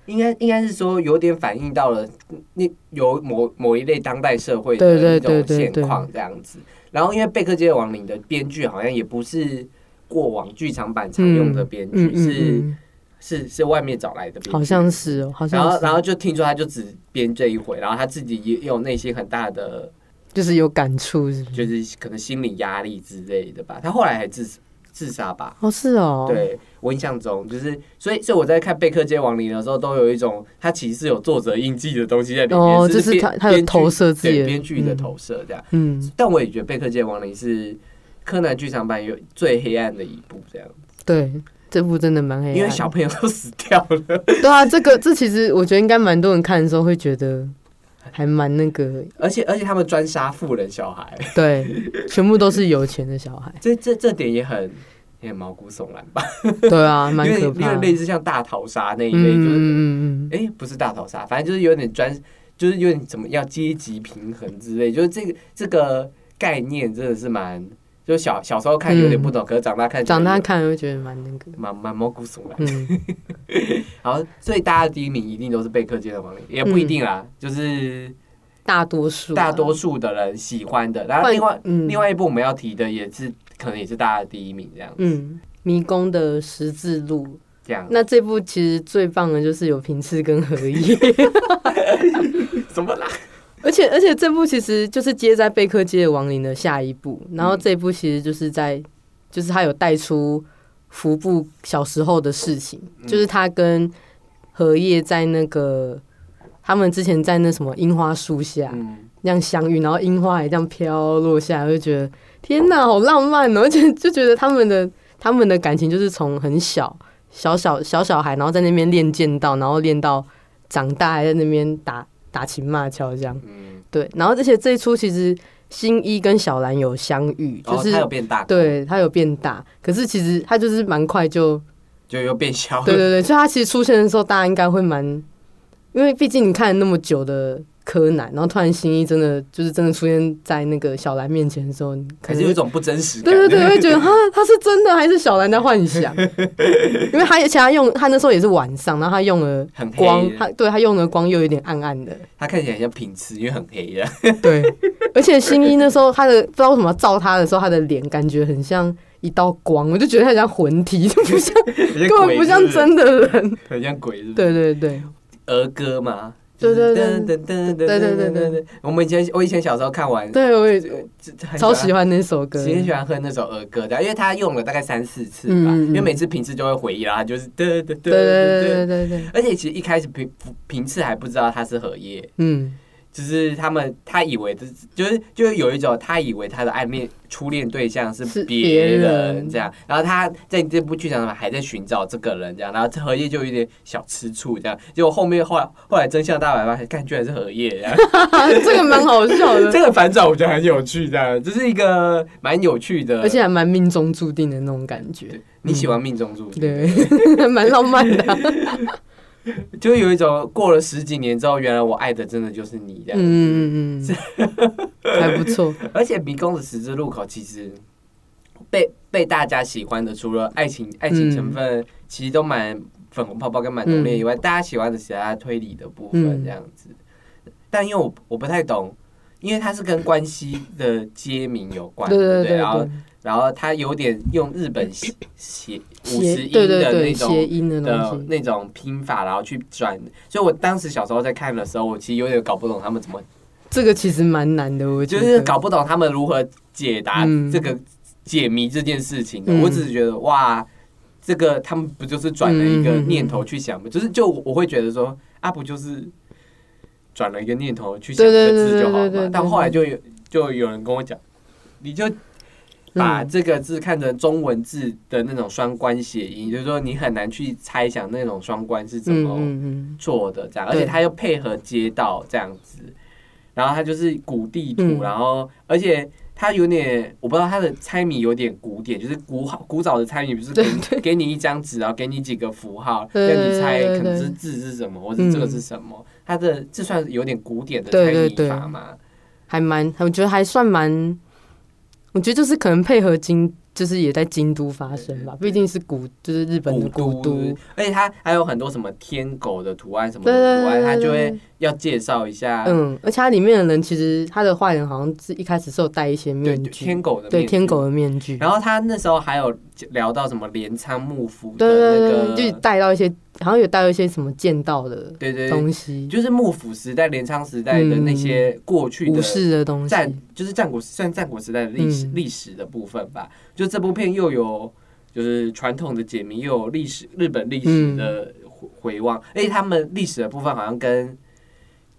[SPEAKER 1] 应该应该是说有点反映到了那有某某一类当代社会
[SPEAKER 2] 对
[SPEAKER 1] 的
[SPEAKER 2] 对
[SPEAKER 1] 一种
[SPEAKER 2] 对对
[SPEAKER 1] 现
[SPEAKER 2] 对
[SPEAKER 1] 况这样子。然后因为《贝克街的亡灵》的编剧好像也不是过往剧场版常用的编
[SPEAKER 2] 嗯
[SPEAKER 1] 剧，是
[SPEAKER 2] 嗯
[SPEAKER 1] 是是外面找来的编剧，
[SPEAKER 2] 嗯，好像。是哦，好
[SPEAKER 1] 然
[SPEAKER 2] 像
[SPEAKER 1] 后
[SPEAKER 2] 是
[SPEAKER 1] 然后就听说他就只编这一回，然后他自己也有内心很大的
[SPEAKER 2] 就是有感触，是不是？
[SPEAKER 1] 就是可能心理压力之类的吧。他后来还自自杀吧，
[SPEAKER 2] 哦，是哦，，
[SPEAKER 1] 对我印象中就是，所以所以我在看《贝克街亡灵》的时候，都有一种它其实是有作者印记的东西在里面，
[SPEAKER 2] 哦，
[SPEAKER 1] 只
[SPEAKER 2] 就是
[SPEAKER 1] 编
[SPEAKER 2] 他他有
[SPEAKER 1] 编剧
[SPEAKER 2] 投射自己
[SPEAKER 1] 对
[SPEAKER 2] 的
[SPEAKER 1] 编剧的
[SPEAKER 2] 嗯
[SPEAKER 1] 投射这样。
[SPEAKER 2] 嗯，
[SPEAKER 1] 但我也觉得《贝克街亡灵》是柯南剧场版有最黑暗的一部，这样，
[SPEAKER 2] 对，这部真的蛮黑暗的，
[SPEAKER 1] 因为小朋友都 死掉了，
[SPEAKER 2] 对啊，这个这其实我觉得应该蛮多人看的时候会觉得还蛮那个，
[SPEAKER 1] 而且而且他们专杀富人小孩，
[SPEAKER 2] 对，全部都是有钱的小孩，
[SPEAKER 1] 这这这点也很。也很毛骨悚然吧，
[SPEAKER 2] 对啊，
[SPEAKER 1] 因
[SPEAKER 2] 蛮
[SPEAKER 1] 为
[SPEAKER 2] 可
[SPEAKER 1] 因
[SPEAKER 2] 怕
[SPEAKER 1] 为
[SPEAKER 2] 的。
[SPEAKER 1] 类似像大逃杀那一类，就是
[SPEAKER 2] 嗯嗯嗯嗯，
[SPEAKER 1] 哎、不是大逃杀，反正就是有点专，就是有点怎么要阶级平衡之类，就是这个这个概念真的是蛮，就小小时候看有点不懂，可是长大看
[SPEAKER 2] 嗯长大
[SPEAKER 1] 觉得
[SPEAKER 2] 看会觉得蛮那个，
[SPEAKER 1] 蛮蛮毛骨悚然。
[SPEAKER 2] 嗯，
[SPEAKER 1] 然后所以大家的第一名一定都是贝克街的亡灵，也不
[SPEAKER 2] 嗯
[SPEAKER 1] 一定啦，就是
[SPEAKER 2] 大多数啊
[SPEAKER 1] 大多数的人喜欢的。然后
[SPEAKER 2] 换
[SPEAKER 1] 另外、
[SPEAKER 2] 嗯
[SPEAKER 1] 另外一部我们要提的也是可能也是大家的第一名这样、
[SPEAKER 2] 嗯。迷宫的十字路，
[SPEAKER 1] 这 样。
[SPEAKER 2] 那这部其实最棒的就是有平次跟合一，
[SPEAKER 1] 怎么啦？
[SPEAKER 2] 而且而且这部其实就是接在贝克街的亡灵的下一部，然
[SPEAKER 1] 嗯
[SPEAKER 2] 后这一部其实就是在，就是他有带出福部小时候的事情，
[SPEAKER 1] 嗯
[SPEAKER 2] 就是他跟荷叶在那个他们之前在那什么樱花树下
[SPEAKER 1] 嗯，
[SPEAKER 2] 那样相遇，然后樱花也这样飘落下来，我就觉得天哪，好浪漫哦！而且就觉得他们的他们的感情就是从很小小小小小孩，然后在那边练剑道，然后练到长大还在那边打打情骂俏这样。
[SPEAKER 1] 嗯，
[SPEAKER 2] 对，然后而且这一出其实新一跟小兰有相遇，
[SPEAKER 1] 然
[SPEAKER 2] 就
[SPEAKER 1] 后
[SPEAKER 2] 是、
[SPEAKER 1] 它哦有变大，，
[SPEAKER 2] 对他有变大，可是其实他就是蛮快就，
[SPEAKER 1] 就又变小了，
[SPEAKER 2] 对对对，所以他其实出现的时候，大家应该会蛮，因为毕竟你看了那么久的柯南，然后突然新一真的就是真的出现在那个小兰面前的时候，你
[SPEAKER 1] 可
[SPEAKER 2] 可能
[SPEAKER 1] 是有一种不真实感，
[SPEAKER 2] 对对对，会觉得哈，他是真的还是小兰在幻 想？因为他而且他用他那时候也是晚上，然后他用了
[SPEAKER 1] 很黑
[SPEAKER 2] 光，
[SPEAKER 1] 的
[SPEAKER 2] 他对他用的光又有点暗暗的，
[SPEAKER 1] 它看起来很像品吃，因为很黑啊的，
[SPEAKER 2] 对，而且新一那时候他的不知道为什么照他的时候，他的脸感觉很像一道光，我就觉得他很像魂体， 就不像
[SPEAKER 1] 根
[SPEAKER 2] 根本不像，真的人。
[SPEAKER 1] 很像鬼是不是，
[SPEAKER 2] 对对对，
[SPEAKER 1] 儿歌嘛。
[SPEAKER 2] 对对对
[SPEAKER 1] 噔噔噔噔
[SPEAKER 2] 对对对
[SPEAKER 1] 噔
[SPEAKER 2] 对
[SPEAKER 1] 噔噔。我们以前我以前小时候看完，
[SPEAKER 2] 对我也
[SPEAKER 1] 这这很
[SPEAKER 2] 超喜欢那首歌。
[SPEAKER 1] 其实喜欢哼那首儿歌的，因为他用了大概三四次吧，
[SPEAKER 2] 嗯嗯嗯
[SPEAKER 1] 因为每次平次就会回忆啦，就是对对对
[SPEAKER 2] 对对
[SPEAKER 1] 对
[SPEAKER 2] 对
[SPEAKER 1] 对。
[SPEAKER 2] 对对对，
[SPEAKER 1] 而且其实一开始平平次还不知道他是荷叶，
[SPEAKER 2] 嗯，
[SPEAKER 1] 就是他们他以为这就是就是有一种他以为他的暗恋初恋对象
[SPEAKER 2] 是
[SPEAKER 1] 是
[SPEAKER 2] 别
[SPEAKER 1] 别
[SPEAKER 2] 人
[SPEAKER 1] 人这样，然后他在这部剧场上还在寻找这个人这样，然后这荷叶就有点小吃醋这样，结果后面后来后来真相大白发现，干居然是荷叶 这样。
[SPEAKER 2] 啊，这个蛮好笑的，
[SPEAKER 1] 这个反转我觉得很有趣，这样，这是一个蛮有趣的，
[SPEAKER 2] 而且还蛮命中注定的那种感觉，
[SPEAKER 1] 你喜欢命中注定，
[SPEAKER 2] 对，蛮浪漫的 啊。
[SPEAKER 1] 就是有一种过了十几年之后，原来我爱的真的就是你这样。
[SPEAKER 2] 嗯嗯嗯嗯，还不错。
[SPEAKER 1] 而且迷宫的十字路口其实被被大家喜欢的，除了爱
[SPEAKER 2] 嗯
[SPEAKER 1] 情爱情成分，其实都蛮粉红泡泡跟蛮浓烈以外，大家喜欢的是它推理的部分
[SPEAKER 2] 嗯
[SPEAKER 1] 这样子。但因为我我不太懂，因为它是跟关西的街名有关，
[SPEAKER 2] 对
[SPEAKER 1] 不
[SPEAKER 2] 对对
[SPEAKER 1] 然后
[SPEAKER 2] 对，
[SPEAKER 1] 然后它有点用日本写写五
[SPEAKER 2] 谐
[SPEAKER 1] 十音
[SPEAKER 2] 对对
[SPEAKER 1] 的那
[SPEAKER 2] 对
[SPEAKER 1] 种
[SPEAKER 2] 谐音的
[SPEAKER 1] 的
[SPEAKER 2] 东西，
[SPEAKER 1] 那种拼法，然后去转。所以我当时小时候在看的时候，我其实有点搞不懂他们怎么，
[SPEAKER 2] 这个其实蛮难的，我
[SPEAKER 1] 就
[SPEAKER 2] 觉
[SPEAKER 1] 是
[SPEAKER 2] 得。
[SPEAKER 1] 搞不懂他们如何解答
[SPEAKER 2] 嗯
[SPEAKER 1] 这个解谜这件事情的。
[SPEAKER 2] 嗯
[SPEAKER 1] 我只是觉得哇，这个他们不就是转了一个
[SPEAKER 2] 嗯嗯嗯
[SPEAKER 1] 念头去想吗？就是就我会觉得说啊，不就是转了一个念头去想
[SPEAKER 2] 对对
[SPEAKER 1] 这个
[SPEAKER 2] 对
[SPEAKER 1] 字就好
[SPEAKER 2] 对对对
[SPEAKER 1] 嘛
[SPEAKER 2] 对。
[SPEAKER 1] 但后来就有就有人跟我讲，你就把
[SPEAKER 2] 嗯
[SPEAKER 1] 这个字看成中文字的那种双关谐音，就是说你很难去猜想那种双关是怎
[SPEAKER 2] 嗯
[SPEAKER 1] 么
[SPEAKER 2] 嗯嗯，
[SPEAKER 1] 做的这样，而
[SPEAKER 2] 对
[SPEAKER 1] 且它又配合街道这样子，然后它就是古地
[SPEAKER 2] 嗯
[SPEAKER 1] 图，然后而且。它有点，我不知道它的猜谜有点古典，就是古好古早的猜谜，不是给你给你一张纸，然后给你几个符号，
[SPEAKER 2] 对
[SPEAKER 1] 让
[SPEAKER 2] 对
[SPEAKER 1] 你猜
[SPEAKER 2] 对对
[SPEAKER 1] 可能
[SPEAKER 2] 对
[SPEAKER 1] 是字是什么，或者这个
[SPEAKER 2] 嗯
[SPEAKER 1] 是什么。它的这算有点古典的
[SPEAKER 2] 对
[SPEAKER 1] 猜
[SPEAKER 2] 对
[SPEAKER 1] 谜
[SPEAKER 2] 对
[SPEAKER 1] 法嘛？
[SPEAKER 2] 还蛮，我觉得还算蛮，我觉得就是可能配合京，就是也在京都发生吧，毕竟是古，就是日本的古
[SPEAKER 1] 都
[SPEAKER 2] 都，，
[SPEAKER 1] 而且它还有很多什么天狗的图案什么
[SPEAKER 2] 对对
[SPEAKER 1] 的
[SPEAKER 2] 对
[SPEAKER 1] 图案，它
[SPEAKER 2] 对
[SPEAKER 1] 就
[SPEAKER 2] 对
[SPEAKER 1] 会要介绍一下，
[SPEAKER 2] 嗯，而且它里面的人其实他的坏人好像是一开始是有戴一些
[SPEAKER 1] 对
[SPEAKER 2] 面
[SPEAKER 1] 对
[SPEAKER 2] 具
[SPEAKER 1] 天，狗的
[SPEAKER 2] 对
[SPEAKER 1] 面
[SPEAKER 2] 天
[SPEAKER 1] 具
[SPEAKER 2] 狗。的面具，
[SPEAKER 1] 然后他那时候还有聊到什么镰仓幕府的
[SPEAKER 2] 对对对
[SPEAKER 1] 那个，
[SPEAKER 2] 对，就带到一些，好像有带到一些什么剑道的
[SPEAKER 1] 对对
[SPEAKER 2] 东
[SPEAKER 1] 对，
[SPEAKER 2] 西，
[SPEAKER 1] 就是幕府时代、镰仓时代的那些过去
[SPEAKER 2] 嗯武
[SPEAKER 1] 的
[SPEAKER 2] 士的东西，
[SPEAKER 1] 战，就是战国算战国时代的历史
[SPEAKER 2] 嗯
[SPEAKER 1] 历史的部分吧。就这部片又有就是传统的解谜，又有历史日本历
[SPEAKER 2] 嗯
[SPEAKER 1] 史的回回望，而且他们历史的部分好像跟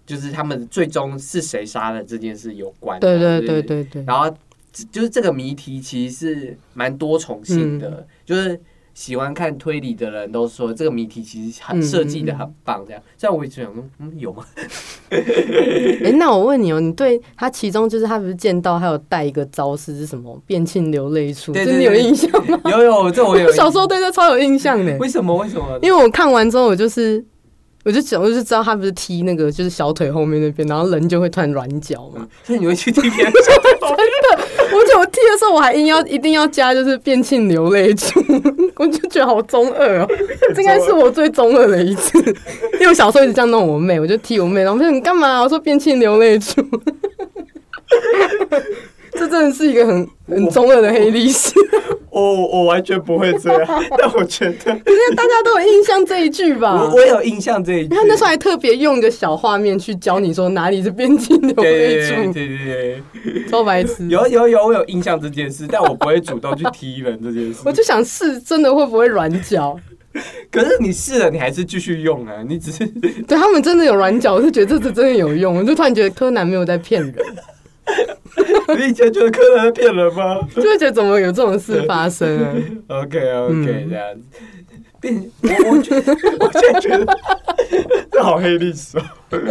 [SPEAKER 1] 就是他们最终是谁杀了这件事有关啊。
[SPEAKER 2] 对对
[SPEAKER 1] 就是
[SPEAKER 2] 对对对，
[SPEAKER 1] 然后这就是这个谜题其实是蛮多重
[SPEAKER 2] 嗯
[SPEAKER 1] 性的，就是喜欢看推理的人都说这个谜题其实
[SPEAKER 2] 嗯
[SPEAKER 1] 很设计的
[SPEAKER 2] 嗯嗯
[SPEAKER 1] 很棒，这样。虽然我一直想说，嗯，有 吗？
[SPEAKER 2] 哎、那我问你哦，你对他其中就是他不是剑道，还有带一个招式是什么？变庆流泪处，
[SPEAKER 1] 对
[SPEAKER 2] 这你
[SPEAKER 1] 对
[SPEAKER 2] 有
[SPEAKER 1] 对
[SPEAKER 2] 印象吗？
[SPEAKER 1] 有有，这我有。
[SPEAKER 2] 小时候对这超有印象的，
[SPEAKER 1] 为什么？为什么？
[SPEAKER 2] 因为我看完之后，我就是我就想，我就知道他不是踢那个就是小腿后面那边，然后人就会突然软脚嘛。
[SPEAKER 1] 嗯所以你会去听 别人
[SPEAKER 2] 而且我踢的时候，我还硬要一定要加就是变庆流泪处，我就觉得好中二哦，这应该是我最中二的一次，因为我小时候一直这样弄我妹，我就踢我妹，然后我说你干嘛？我说变庆流泪处。这真的是一个很很中二的黑历史，
[SPEAKER 1] 哦， 我完全不会这样，但我觉得
[SPEAKER 2] 可是大家都有印象这一句吧
[SPEAKER 1] 我？我有印象这一句
[SPEAKER 2] 他。那时候还特别用一个小画面去教你说哪里是边境流
[SPEAKER 1] 对
[SPEAKER 2] 会
[SPEAKER 1] 对对
[SPEAKER 2] 嗯处，
[SPEAKER 1] 对对对，
[SPEAKER 2] 超白痴。
[SPEAKER 1] 有有有，我有印象这件事，但我不会主动去踢人这件事。
[SPEAKER 2] 我就想试，真的会不会软脚？
[SPEAKER 1] 可是你试了，你还是继续用啊，你只是
[SPEAKER 2] 对他们真的有软脚，我就觉得这次真的有用。我就突然觉得柯南没有在骗人，
[SPEAKER 1] 你以前觉得柯南在骗人吗
[SPEAKER 2] 就会觉得怎么有这种事发生 啊？
[SPEAKER 1] ？OK OK，
[SPEAKER 2] 嗯
[SPEAKER 1] 这样子。变，我我觉得，我现在觉得 这好黑历史哦，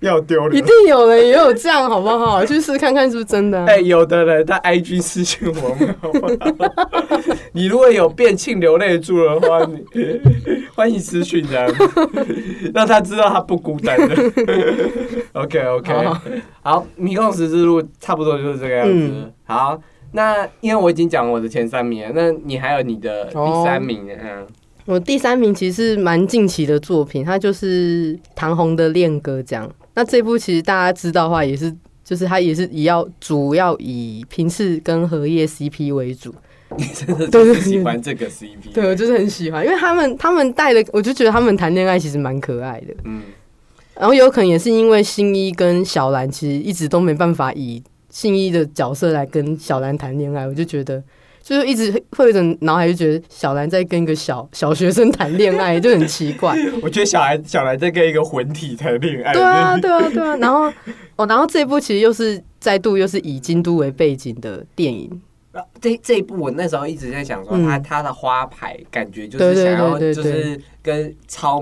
[SPEAKER 1] 要丢
[SPEAKER 2] 一
[SPEAKER 1] 脸
[SPEAKER 2] 定。有人也有这样，好不好？去试看看是不是真的啊、
[SPEAKER 1] 哎、有的人他 IG 私信我们，好不好？ 你如果有变庆流泪柱的话，你 欢迎私讯这样 子，让他知道他不孤单的。OK OK，
[SPEAKER 2] 好
[SPEAKER 1] 好，迷宫十字路差不多就是这个样子。
[SPEAKER 2] 嗯
[SPEAKER 1] 好，那因为我已经讲我的前三名了，那你还有你的
[SPEAKER 2] 哦
[SPEAKER 1] 第三名啊？
[SPEAKER 2] 我第三名其实是蛮近期的作品，它就是唐红的《恋歌》这样。那这部其实大家知道的话，也是就是它也是以要主要以平次跟荷叶 CP 为主。
[SPEAKER 1] 你真的
[SPEAKER 2] 对对
[SPEAKER 1] 就
[SPEAKER 2] 对
[SPEAKER 1] 是喜欢这个 CP？
[SPEAKER 2] 对，我就是很喜欢，因为他们他们带的，我就觉得他们谈恋爱其实蛮可爱的。
[SPEAKER 1] 嗯，
[SPEAKER 2] 然后有可能也是因为新一跟小兰其实一直都没办法以新一的角色来跟小兰谈恋爱，我就觉得就是一直会有一种脑海就觉得小兰在跟一个小小学生谈恋爱，就很奇怪。
[SPEAKER 1] 我觉得小孩小孩在跟一个魂体谈恋爱，
[SPEAKER 2] 对啊，对啊，对 啊。然后哦，然后这一部其实又是再度又是以京都为背景的电影，
[SPEAKER 1] 啊这这一部我那时候一直在想说
[SPEAKER 2] 嗯
[SPEAKER 1] 他，他、的花牌感觉就
[SPEAKER 2] 对
[SPEAKER 1] 是
[SPEAKER 2] 对
[SPEAKER 1] 想要
[SPEAKER 2] 对
[SPEAKER 1] 就
[SPEAKER 2] 对
[SPEAKER 1] 是跟超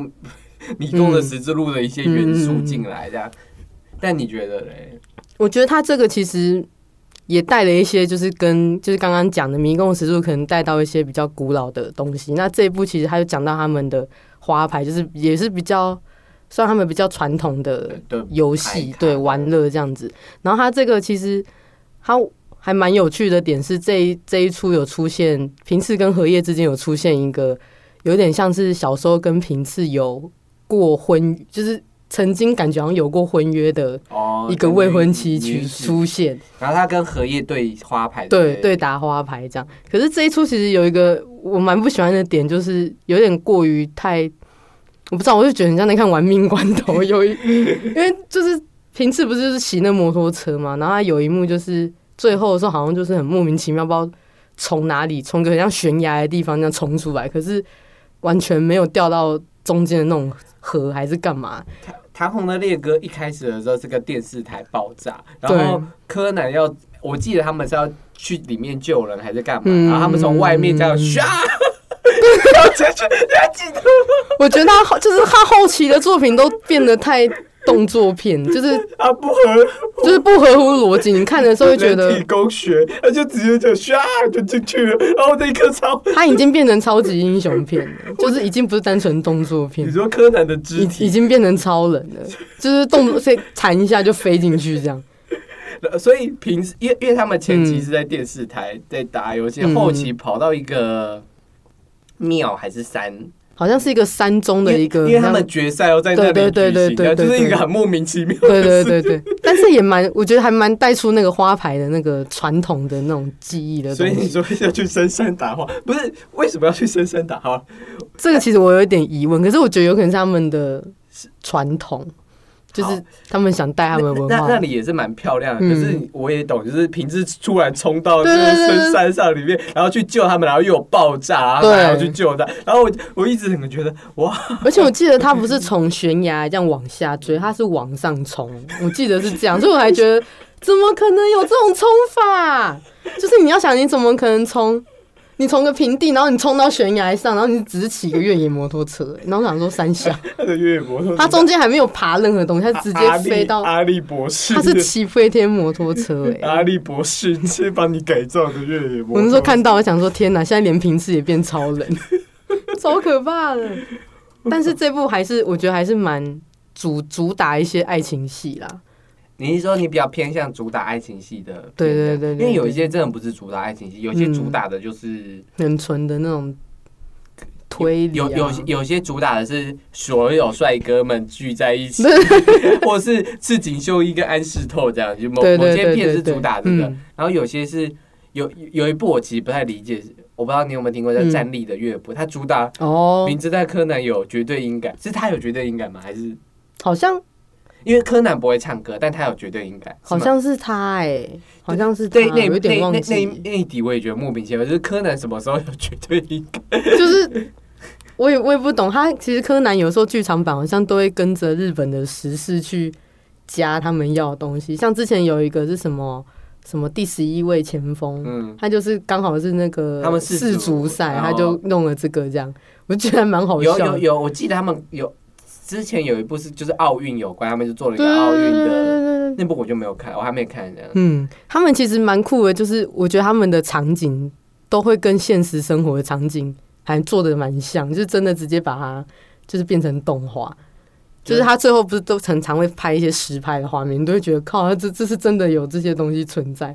[SPEAKER 1] 迷宫的十字路的一些元素
[SPEAKER 2] 嗯
[SPEAKER 1] 进来这样，但你觉得嘞？
[SPEAKER 2] 我觉得他这个其实。也带了一些，就是跟就是刚刚讲的《迷宫十柱》，可能带到一些比较古老的东西。那这一部其实他就讲到他们的花牌，就是也是比较算他们比较传统的
[SPEAKER 1] 对对，
[SPEAKER 2] 游
[SPEAKER 1] 牌
[SPEAKER 2] 戏
[SPEAKER 1] 卡，
[SPEAKER 2] 对玩乐这样子。然后他这个其实他还蛮有趣的点是这一这一出有出现平次跟荷叶之间有出现一个有点像是小时候跟平次有过婚，就是曾经感觉好像有过婚约的
[SPEAKER 1] 哦，
[SPEAKER 2] 一个未婚妻去
[SPEAKER 1] 女子
[SPEAKER 2] 出现，
[SPEAKER 1] 然后他跟荷叶对花牌，
[SPEAKER 2] 对
[SPEAKER 1] 不
[SPEAKER 2] 对，打花牌这样。可是这一出其实有一个我蛮不喜欢的点，就是有点过于太，我不知道，我就觉得很像在看《玩命关头》 有一，因为就是平次不是就是骑那摩托车嘛，然后他有一幕就是最后的时候好像就是很莫名其妙，不知道从哪里从个很像悬崖的地方这样冲出来，可是完全没有掉到中间的那种河还是干嘛，
[SPEAKER 1] 唐红的烈歌一开始的时候是个电视台爆炸，然后
[SPEAKER 2] 对
[SPEAKER 1] 柯南要，我记得他们是要去里面救人还是干嘛，
[SPEAKER 2] 嗯
[SPEAKER 1] 然后他们从外面这样唰， 然后进去，然后进去
[SPEAKER 2] 我觉得他后就是他后期的作品都变得太动作片，就是
[SPEAKER 1] 啊不合
[SPEAKER 2] 就是不合乎逻辑。你看的时候会觉
[SPEAKER 1] 人体
[SPEAKER 2] 得
[SPEAKER 1] 工学，他就直接就唰就进去了，然后那一刻超，
[SPEAKER 2] 他已经变成超级英雄片了，就是已经不是单纯动作片
[SPEAKER 1] 你，说柯南的肢
[SPEAKER 2] 已已
[SPEAKER 1] 体，
[SPEAKER 2] 经变成超人了，就是动作所以弹一下就飞进去这样。
[SPEAKER 1] 呃所以平时因为因为他们前期是在电视台在打游戏，
[SPEAKER 2] 嗯
[SPEAKER 1] 后期跑到一个庙还是山，
[SPEAKER 2] 好像是一个山中的一个，
[SPEAKER 1] 因为因为他们决赛要在那里
[SPEAKER 2] 对对
[SPEAKER 1] 举行
[SPEAKER 2] 对对对对对
[SPEAKER 1] 就是一个很莫名其妙的
[SPEAKER 2] 对对
[SPEAKER 1] 事
[SPEAKER 2] 对对，但是也蛮，我觉得还蛮带出那个花牌的那个传统的那种记忆的
[SPEAKER 1] 所
[SPEAKER 2] 东
[SPEAKER 1] 以你
[SPEAKER 2] 西。
[SPEAKER 1] 说要去深山打花，不是为什么要去深山打花？
[SPEAKER 2] 这个其实我有一点疑问，可是我觉得有可能是他们的传统，就
[SPEAKER 1] 好
[SPEAKER 2] 是他们想带他们文
[SPEAKER 1] 那那
[SPEAKER 2] 化
[SPEAKER 1] 那。里也是蛮漂亮的，
[SPEAKER 2] 嗯
[SPEAKER 1] 可是我也懂，就是平时突然冲到
[SPEAKER 2] 对
[SPEAKER 1] 那
[SPEAKER 2] 对
[SPEAKER 1] 个
[SPEAKER 2] 对对
[SPEAKER 1] 深山上里面，然后去救他们，然后又有爆炸，然后
[SPEAKER 2] 对
[SPEAKER 1] 还要去救他，然后我我一直怎么觉得哇，
[SPEAKER 2] 而且我记得他不是从悬崖这样往下追，他是往上冲。我记得是这样，所 以我还觉得怎么可能有这种冲法？就是你要想，你怎么可能冲？你从个平地，然后你冲到悬崖上，然后你只是骑个越野摩托车、欸然后我想说三小，
[SPEAKER 1] 他的越野摩托车，
[SPEAKER 2] 他中间还没有爬任何东西，他直接
[SPEAKER 1] 阿力
[SPEAKER 2] 飞到，
[SPEAKER 1] 阿力博士，
[SPEAKER 2] 他是骑飞天摩托车 哎、
[SPEAKER 1] 阿力博士是帮你改造的越野摩托车。
[SPEAKER 2] 我那时候看到，我想说天哪，现在连平次也变超人， 超可怕的。但是这部还是我觉得还是蛮主主打一些爱情戏啦，
[SPEAKER 1] 你是说你比较偏向主打爱情戏的片？
[SPEAKER 2] 对对对
[SPEAKER 1] 这样
[SPEAKER 2] 对对
[SPEAKER 1] 因为有一些真的不是主打爱情戏，有些
[SPEAKER 2] 嗯
[SPEAKER 1] 主打的就是。
[SPEAKER 2] 很纯的那种推理、啊
[SPEAKER 1] 有有有些主打的是所有帅哥们聚在一 起，或是赤井秀一跟安室透这样，就某
[SPEAKER 2] 对
[SPEAKER 1] 某
[SPEAKER 2] 对
[SPEAKER 1] 些
[SPEAKER 2] 对
[SPEAKER 1] 片
[SPEAKER 2] 对
[SPEAKER 1] 是
[SPEAKER 2] 对
[SPEAKER 1] 主打这个
[SPEAKER 2] 嗯，
[SPEAKER 1] 然后有些是有有一部我其实不太理解，我不知道你有没有听过叫
[SPEAKER 2] 嗯
[SPEAKER 1] 《站立的乐谱》，它主打
[SPEAKER 2] 哦，
[SPEAKER 1] 明知道柯南有绝对音感，是他有绝对音感吗？还是
[SPEAKER 2] 好像
[SPEAKER 1] 因为柯南不会唱歌，但他有绝对音感？是
[SPEAKER 2] 好
[SPEAKER 1] 吗
[SPEAKER 2] 像是他哎、好像是他，
[SPEAKER 1] 对那
[SPEAKER 2] 有点
[SPEAKER 1] 那
[SPEAKER 2] 忘
[SPEAKER 1] 那
[SPEAKER 2] 记，
[SPEAKER 1] 那那一题我也觉得莫名其妙，就是柯南什么时候有绝对音感？
[SPEAKER 2] 就是我也我也不懂，他其实柯南有时候剧场版好像都会跟着日本的时事去加他们要的东西，像之前有一个是什么什么第十一位前锋，
[SPEAKER 1] 嗯，
[SPEAKER 2] 他就是刚好是那个
[SPEAKER 1] 他们世
[SPEAKER 2] 世
[SPEAKER 1] 足
[SPEAKER 2] 足赛，
[SPEAKER 1] 然后
[SPEAKER 2] 他就弄了这个这样，我觉得还蛮好
[SPEAKER 1] 有
[SPEAKER 2] 笑
[SPEAKER 1] 有
[SPEAKER 2] 的。
[SPEAKER 1] 有，我记得他们有之前有一部是就是奥运有关，他们就做了一
[SPEAKER 2] 对
[SPEAKER 1] 个奥运的
[SPEAKER 2] 对对，
[SPEAKER 1] 那部，我就没有看，我还没看这样。
[SPEAKER 2] 嗯，他们其实蛮酷的，就是我觉得他们的场景都会跟现实生活的场景还做的蛮像，就是真的直接把它就是变成动画。就是他最后不是都常常会拍一些实拍的画面，你都会觉得靠，他这这是真的有这些东西存在。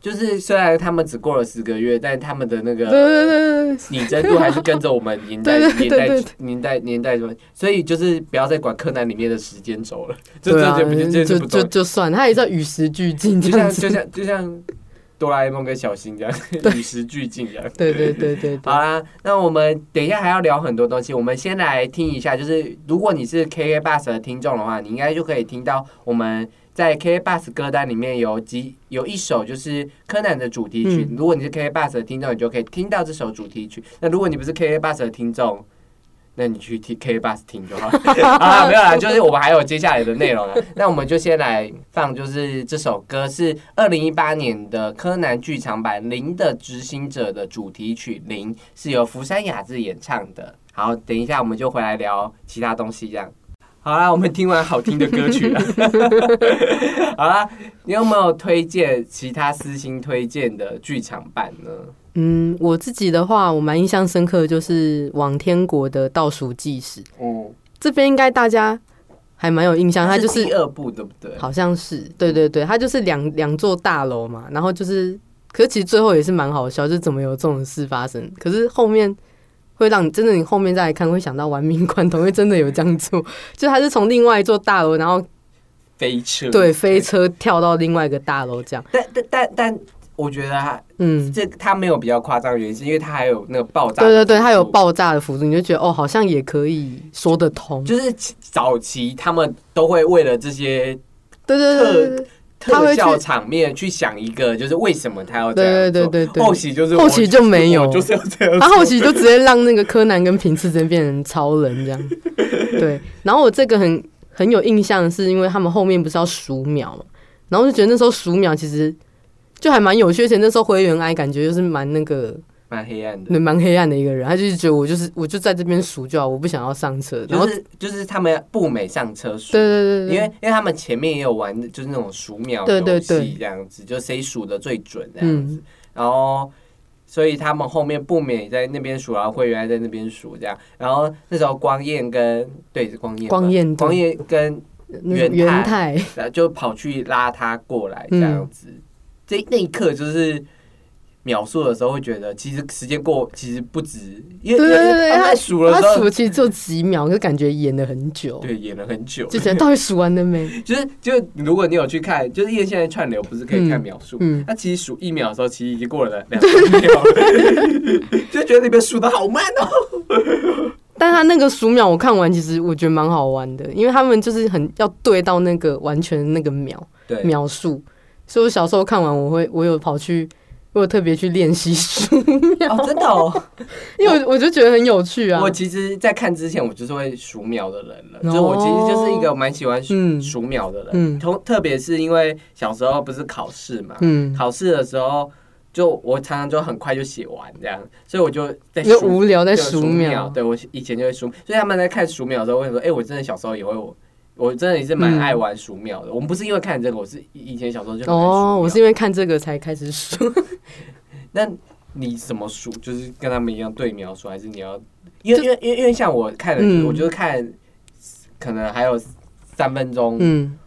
[SPEAKER 1] 就是虽然他们只过了十个月，但他们的那个
[SPEAKER 2] 对啊对对对
[SPEAKER 1] 拟真度还是跟着我们年代
[SPEAKER 2] 对对
[SPEAKER 1] 年代
[SPEAKER 2] 对对
[SPEAKER 1] 年代年代什么，所以就是不要再管柯南里面的时间轴了，这
[SPEAKER 2] 对，对啊
[SPEAKER 1] 这就不这就
[SPEAKER 2] 就
[SPEAKER 1] 不
[SPEAKER 2] 就
[SPEAKER 1] 懂，
[SPEAKER 2] 就算了，他也是要与时俱进
[SPEAKER 1] 就
[SPEAKER 2] 这样
[SPEAKER 1] 像
[SPEAKER 2] 子。
[SPEAKER 1] 就像就像哆啦 A 梦跟小新这样与时俱进一样。
[SPEAKER 2] 对对对对对
[SPEAKER 1] 好，啦，那我们等一下还要聊很多东西，我们先来听一下，就是如果你是 KK Bus 的听众的话，你应该就可以听到我们在 KK Bus 歌单里面有几有一首就是柯南的主题曲，
[SPEAKER 2] 嗯
[SPEAKER 1] 如果你是 KK Bus 的听众，你就可以听到这首主题曲。那如果你不是 KK Bus 的听众，那你去听 KK Bus 听就好了。好啦，没有啦，就是我们还有接下来的内容啊。那我们就先来放，就是这首歌是二零一八年的柯南剧场版《零的执行者》的主题曲《零》，是由福山雅治演唱的。好，等一下我们就回来聊其他东西，这样。好啦，我们听完好听的歌曲了。啊 好啦，你有没有推荐其他私心推荐的剧场版呢？
[SPEAKER 2] 嗯，我自己的话，我蛮印象深刻的就是《往天国的倒数计时》，
[SPEAKER 1] 嗯，
[SPEAKER 2] 这边应该大家还蛮有印象，它就是
[SPEAKER 1] 第二部，对不对？
[SPEAKER 2] 好像是，对对对，它就是两两座大楼嘛，然后就是，可是其实最后也是蛮好笑，就是怎么有这种事发生？可是后面会让你真的，你后面再来看会想到玩命关头，会真的有这样做，就他是从另外一座大楼，然后
[SPEAKER 1] 飞车。
[SPEAKER 2] 对飞车跳到另外一个大楼这样，
[SPEAKER 1] 但但但但，我觉得它
[SPEAKER 2] 嗯。
[SPEAKER 1] 这它没有比较夸张的原因，是因为它还有那个爆炸。
[SPEAKER 2] 对对对，它有。爆炸的辅助，你就觉得哦，好像也可以说得通。
[SPEAKER 1] 就是其早期他们都会为了这些
[SPEAKER 2] 对对对对对他
[SPEAKER 1] 特
[SPEAKER 2] 会去
[SPEAKER 1] 效场面去想一个，就是为什么他要这样
[SPEAKER 2] 对对
[SPEAKER 1] 做
[SPEAKER 2] 对对对
[SPEAKER 1] 后期就是
[SPEAKER 2] 后
[SPEAKER 1] 我
[SPEAKER 2] 期
[SPEAKER 1] 就
[SPEAKER 2] 就没有
[SPEAKER 1] 我 就是要这样做。
[SPEAKER 2] 他后期就直接让那个柯南跟平次真变成超人这样。对，然后我这个很很有印象，是因为他们后面不是要数秒嘛，然后我就觉得那时候数秒其实就还蛮有趣，而且那时候灰原哀感觉就是蛮那个
[SPEAKER 1] 蛮黑暗的，
[SPEAKER 2] 蛮黑暗的一个人，他就是觉得我就是我就在这边数就好，我不想要上车。然后、
[SPEAKER 1] 就是就是他们步美上车数。
[SPEAKER 2] 对对对对，
[SPEAKER 1] 因为因为他们前面也有玩，就是那种数秒
[SPEAKER 2] 对
[SPEAKER 1] 游
[SPEAKER 2] 对对
[SPEAKER 1] 戏这样子，就谁数的最准这样子。
[SPEAKER 2] 嗯
[SPEAKER 1] 然后，所以他们后面不免也在那边数，然后会员还在那边数这样。然后那时候光彦跟对是光彦吧，
[SPEAKER 2] 光彦对
[SPEAKER 1] 光彦跟
[SPEAKER 2] 那个
[SPEAKER 1] 元
[SPEAKER 2] 元
[SPEAKER 1] 太
[SPEAKER 2] 太
[SPEAKER 1] 然后就跑去拉他过来这样子。
[SPEAKER 2] 嗯
[SPEAKER 1] 这那一刻就是。秒数的时候会觉得，其实时间过其实不止，因为
[SPEAKER 2] 对对对对
[SPEAKER 1] 因为他们在数的时
[SPEAKER 2] 他数
[SPEAKER 1] 候，
[SPEAKER 2] 其实就几秒，就感觉演了很久，
[SPEAKER 1] 对演了很久，
[SPEAKER 2] 就觉得到底数完了没？
[SPEAKER 1] 就是就是，如果你有去看，就是因为现在串流不是可以看秒数，
[SPEAKER 2] 嗯嗯
[SPEAKER 1] 那、其实数一秒的时候，其实已经过了 两三秒，就觉得那边数的好慢哦。
[SPEAKER 2] 但他那个数秒我看完，其实我觉得蛮好玩的，因为他们就是很要对到那个完全那个秒
[SPEAKER 1] 对，
[SPEAKER 2] 秒数，所以我小时候看完，我会我有跑去，我有特别去练习数，
[SPEAKER 1] 哦，真的哦。
[SPEAKER 2] 因为我我就觉得很有趣啊
[SPEAKER 1] 我。其实，在看之前，我就是会数秒的人了，
[SPEAKER 2] 哦
[SPEAKER 1] 就是我其实就是一个蛮喜欢数
[SPEAKER 2] 嗯
[SPEAKER 1] 数、秒的人，
[SPEAKER 2] 嗯
[SPEAKER 1] 同、特别是因为小时候不是考试嘛，
[SPEAKER 2] 嗯，
[SPEAKER 1] 考试的时候。就我常常就很快就写完这样，所以我就在
[SPEAKER 2] 你就
[SPEAKER 1] 数
[SPEAKER 2] 无聊在
[SPEAKER 1] 对
[SPEAKER 2] 数
[SPEAKER 1] 秒，
[SPEAKER 2] 秒，
[SPEAKER 1] 对我以前就会数，所以他们在看数秒的时候，我想说，哎、我真的小时候也会我。我真的也是蛮
[SPEAKER 2] 嗯
[SPEAKER 1] 爱玩数秒的。我们不是因为看这个，我是以前小时候就很爱数
[SPEAKER 2] 哦，
[SPEAKER 1] 秒
[SPEAKER 2] 我是因为看这个才开始 数，
[SPEAKER 1] 那你怎么数？就是跟他们一样对秒数，还是你要？因为因为因为因为像我看的，
[SPEAKER 2] 嗯
[SPEAKER 1] 我就是看，可能还有三分钟，
[SPEAKER 2] 嗯，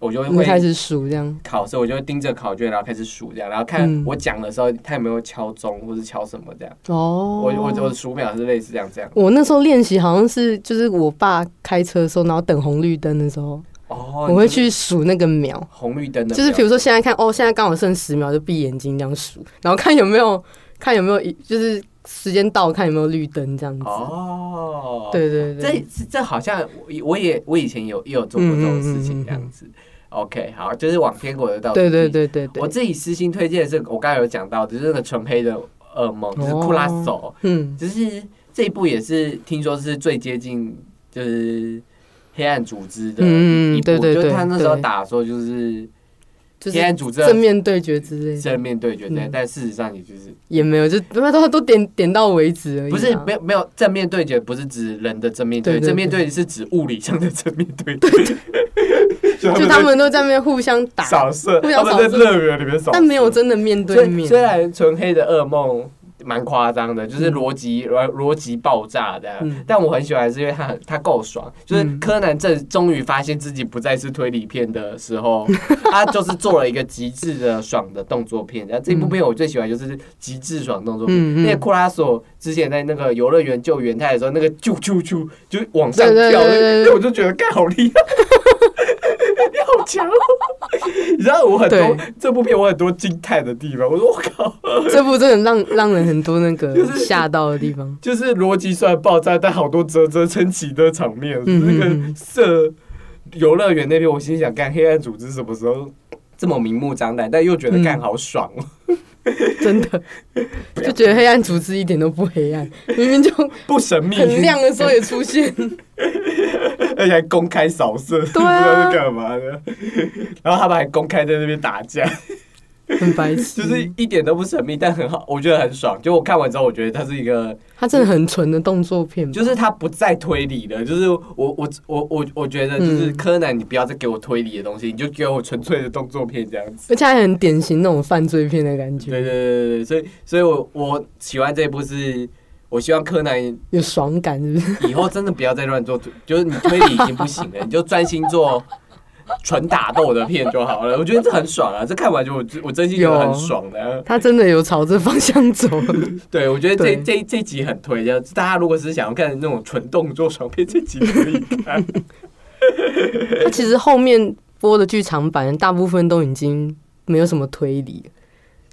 [SPEAKER 1] 我就
[SPEAKER 2] 你开
[SPEAKER 1] 会
[SPEAKER 2] 始数这样，
[SPEAKER 1] 考试，我就会盯着考卷，然后开始数这样，然后看
[SPEAKER 2] 嗯
[SPEAKER 1] 我讲的时候他有没有敲钟或是敲什么这样。
[SPEAKER 2] 哦，
[SPEAKER 1] 我我我的数秒是类似这样这样。
[SPEAKER 2] 我那时候练习好像是就是我爸开车的时候，然后等红绿灯的时候，
[SPEAKER 1] 哦，哦
[SPEAKER 2] 我会去数那个秒，
[SPEAKER 1] 红绿灯的表，
[SPEAKER 2] 就是比如说现在看哦，现在刚好剩十秒，就闭眼睛这样数，然后看有没有 看有没有一就是时间到，看有没有绿灯这样子。
[SPEAKER 1] 哦，
[SPEAKER 2] 对对嗯
[SPEAKER 1] 这
[SPEAKER 2] 对，
[SPEAKER 1] 这这好像我我也我以前有也有做过这种事情这样子。OK，好，就是往天国的道路。
[SPEAKER 2] 对对。对对
[SPEAKER 1] 我
[SPEAKER 2] 对，
[SPEAKER 1] 自己私心推荐的是我刚才有讲到的，就是那个纯黑的噩梦，就是
[SPEAKER 2] 哦
[SPEAKER 1] 库拉手，
[SPEAKER 2] 嗯，
[SPEAKER 1] 就是这一部也是听说是最接近就是黑暗组织的
[SPEAKER 2] 嗯
[SPEAKER 1] 一部，
[SPEAKER 2] 对对
[SPEAKER 1] 就是
[SPEAKER 2] 对
[SPEAKER 1] 他那时候
[SPEAKER 2] 对
[SPEAKER 1] 打说就是
[SPEAKER 2] 就是
[SPEAKER 1] 黑暗组织的
[SPEAKER 2] 正面对决之类的
[SPEAKER 1] 正面对决，但
[SPEAKER 2] 嗯
[SPEAKER 1] 但事实上也就是
[SPEAKER 2] 也没有，就都都都点点到为止而已啊。
[SPEAKER 1] 不是 没有没有正面对决，不是指人的正面对决，
[SPEAKER 2] 对对
[SPEAKER 1] 正面对决是指物理上的正面对决，
[SPEAKER 2] 就他们都在那边互相打，
[SPEAKER 1] 扫射，
[SPEAKER 2] 不想
[SPEAKER 1] 他们在
[SPEAKER 2] 扫射
[SPEAKER 1] 乐园里面扫射，
[SPEAKER 2] 但没有真的面对
[SPEAKER 1] 虽
[SPEAKER 2] 面。
[SPEAKER 1] 虽然纯黑的噩梦蛮夸张的，就是逻辑逻逻辑爆炸的，
[SPEAKER 2] 嗯
[SPEAKER 1] 但我很喜欢，是因为它它够爽。就是
[SPEAKER 2] 嗯
[SPEAKER 1] 柯南正终于发现自己不再是推理片的时 候，他就是做了一个极致的爽的动作片。然后这部片我最喜欢就是极致爽动作片。
[SPEAKER 2] 嗯嗯
[SPEAKER 1] 那个库拉索之前在那个游乐园救援他的时候，那个啾啾啾就往上跳，
[SPEAKER 2] 对对对对对
[SPEAKER 1] 那我就觉得盖好厉害， 你好强哦！你知道我很多
[SPEAKER 2] 对
[SPEAKER 1] 这部片我很多惊叹的地方，我说我靠，
[SPEAKER 2] 这部真的让让人很多那
[SPEAKER 1] 就
[SPEAKER 2] 个
[SPEAKER 1] 是
[SPEAKER 2] 吓到的地方。
[SPEAKER 1] 就是逻辑虽然爆炸，但好多啧啧称奇的场面。
[SPEAKER 2] 嗯
[SPEAKER 1] 那
[SPEAKER 2] 嗯
[SPEAKER 1] 个射游乐园那边，我心想，干黑暗组织什么时候这么明目张胆，但又觉得
[SPEAKER 2] 嗯
[SPEAKER 1] 干好爽哦，
[SPEAKER 2] 真的就觉得黑暗组织一点都不黑暗，明明就
[SPEAKER 1] 不神 秘，
[SPEAKER 2] 很亮的时候也出现。
[SPEAKER 1] 而且还公开扫射，不知
[SPEAKER 2] 对啊
[SPEAKER 1] 道是干嘛的。然后他们还公开在那边打架，
[SPEAKER 2] 嗯很白
[SPEAKER 1] 就
[SPEAKER 2] 痴，
[SPEAKER 1] 是一点都不神秘，但很好，我觉得很爽。就我看完之后，我觉得它是一个。
[SPEAKER 2] 他真的很纯的动作片吧，
[SPEAKER 1] 就是他不再推理了，就是我我我我我觉得就是
[SPEAKER 2] 嗯
[SPEAKER 1] 柯南，你不要再给我推理的东西，你就给我纯粹的动作片这样子。
[SPEAKER 2] 而且还很典型那种犯罪片的感
[SPEAKER 1] 对对
[SPEAKER 2] 觉，
[SPEAKER 1] 对对对，所以所以我我喜欢这一部是，我希望柯南
[SPEAKER 2] 有爽感，是不是？
[SPEAKER 1] 以后真的不要再乱做，就是你推理已经不行了，你就专心做纯打斗的片就好了。我觉得这很爽啊，这看完就我我真心觉得很爽的、啊。
[SPEAKER 2] 他真的有朝这方向走，
[SPEAKER 1] 对，我觉得这
[SPEAKER 2] 对
[SPEAKER 1] 这这集很推，要大家如果是想要看那种纯动作爽片，这集可以看。
[SPEAKER 2] 他其实后面播的剧场版大部分都已经没有什么推理了，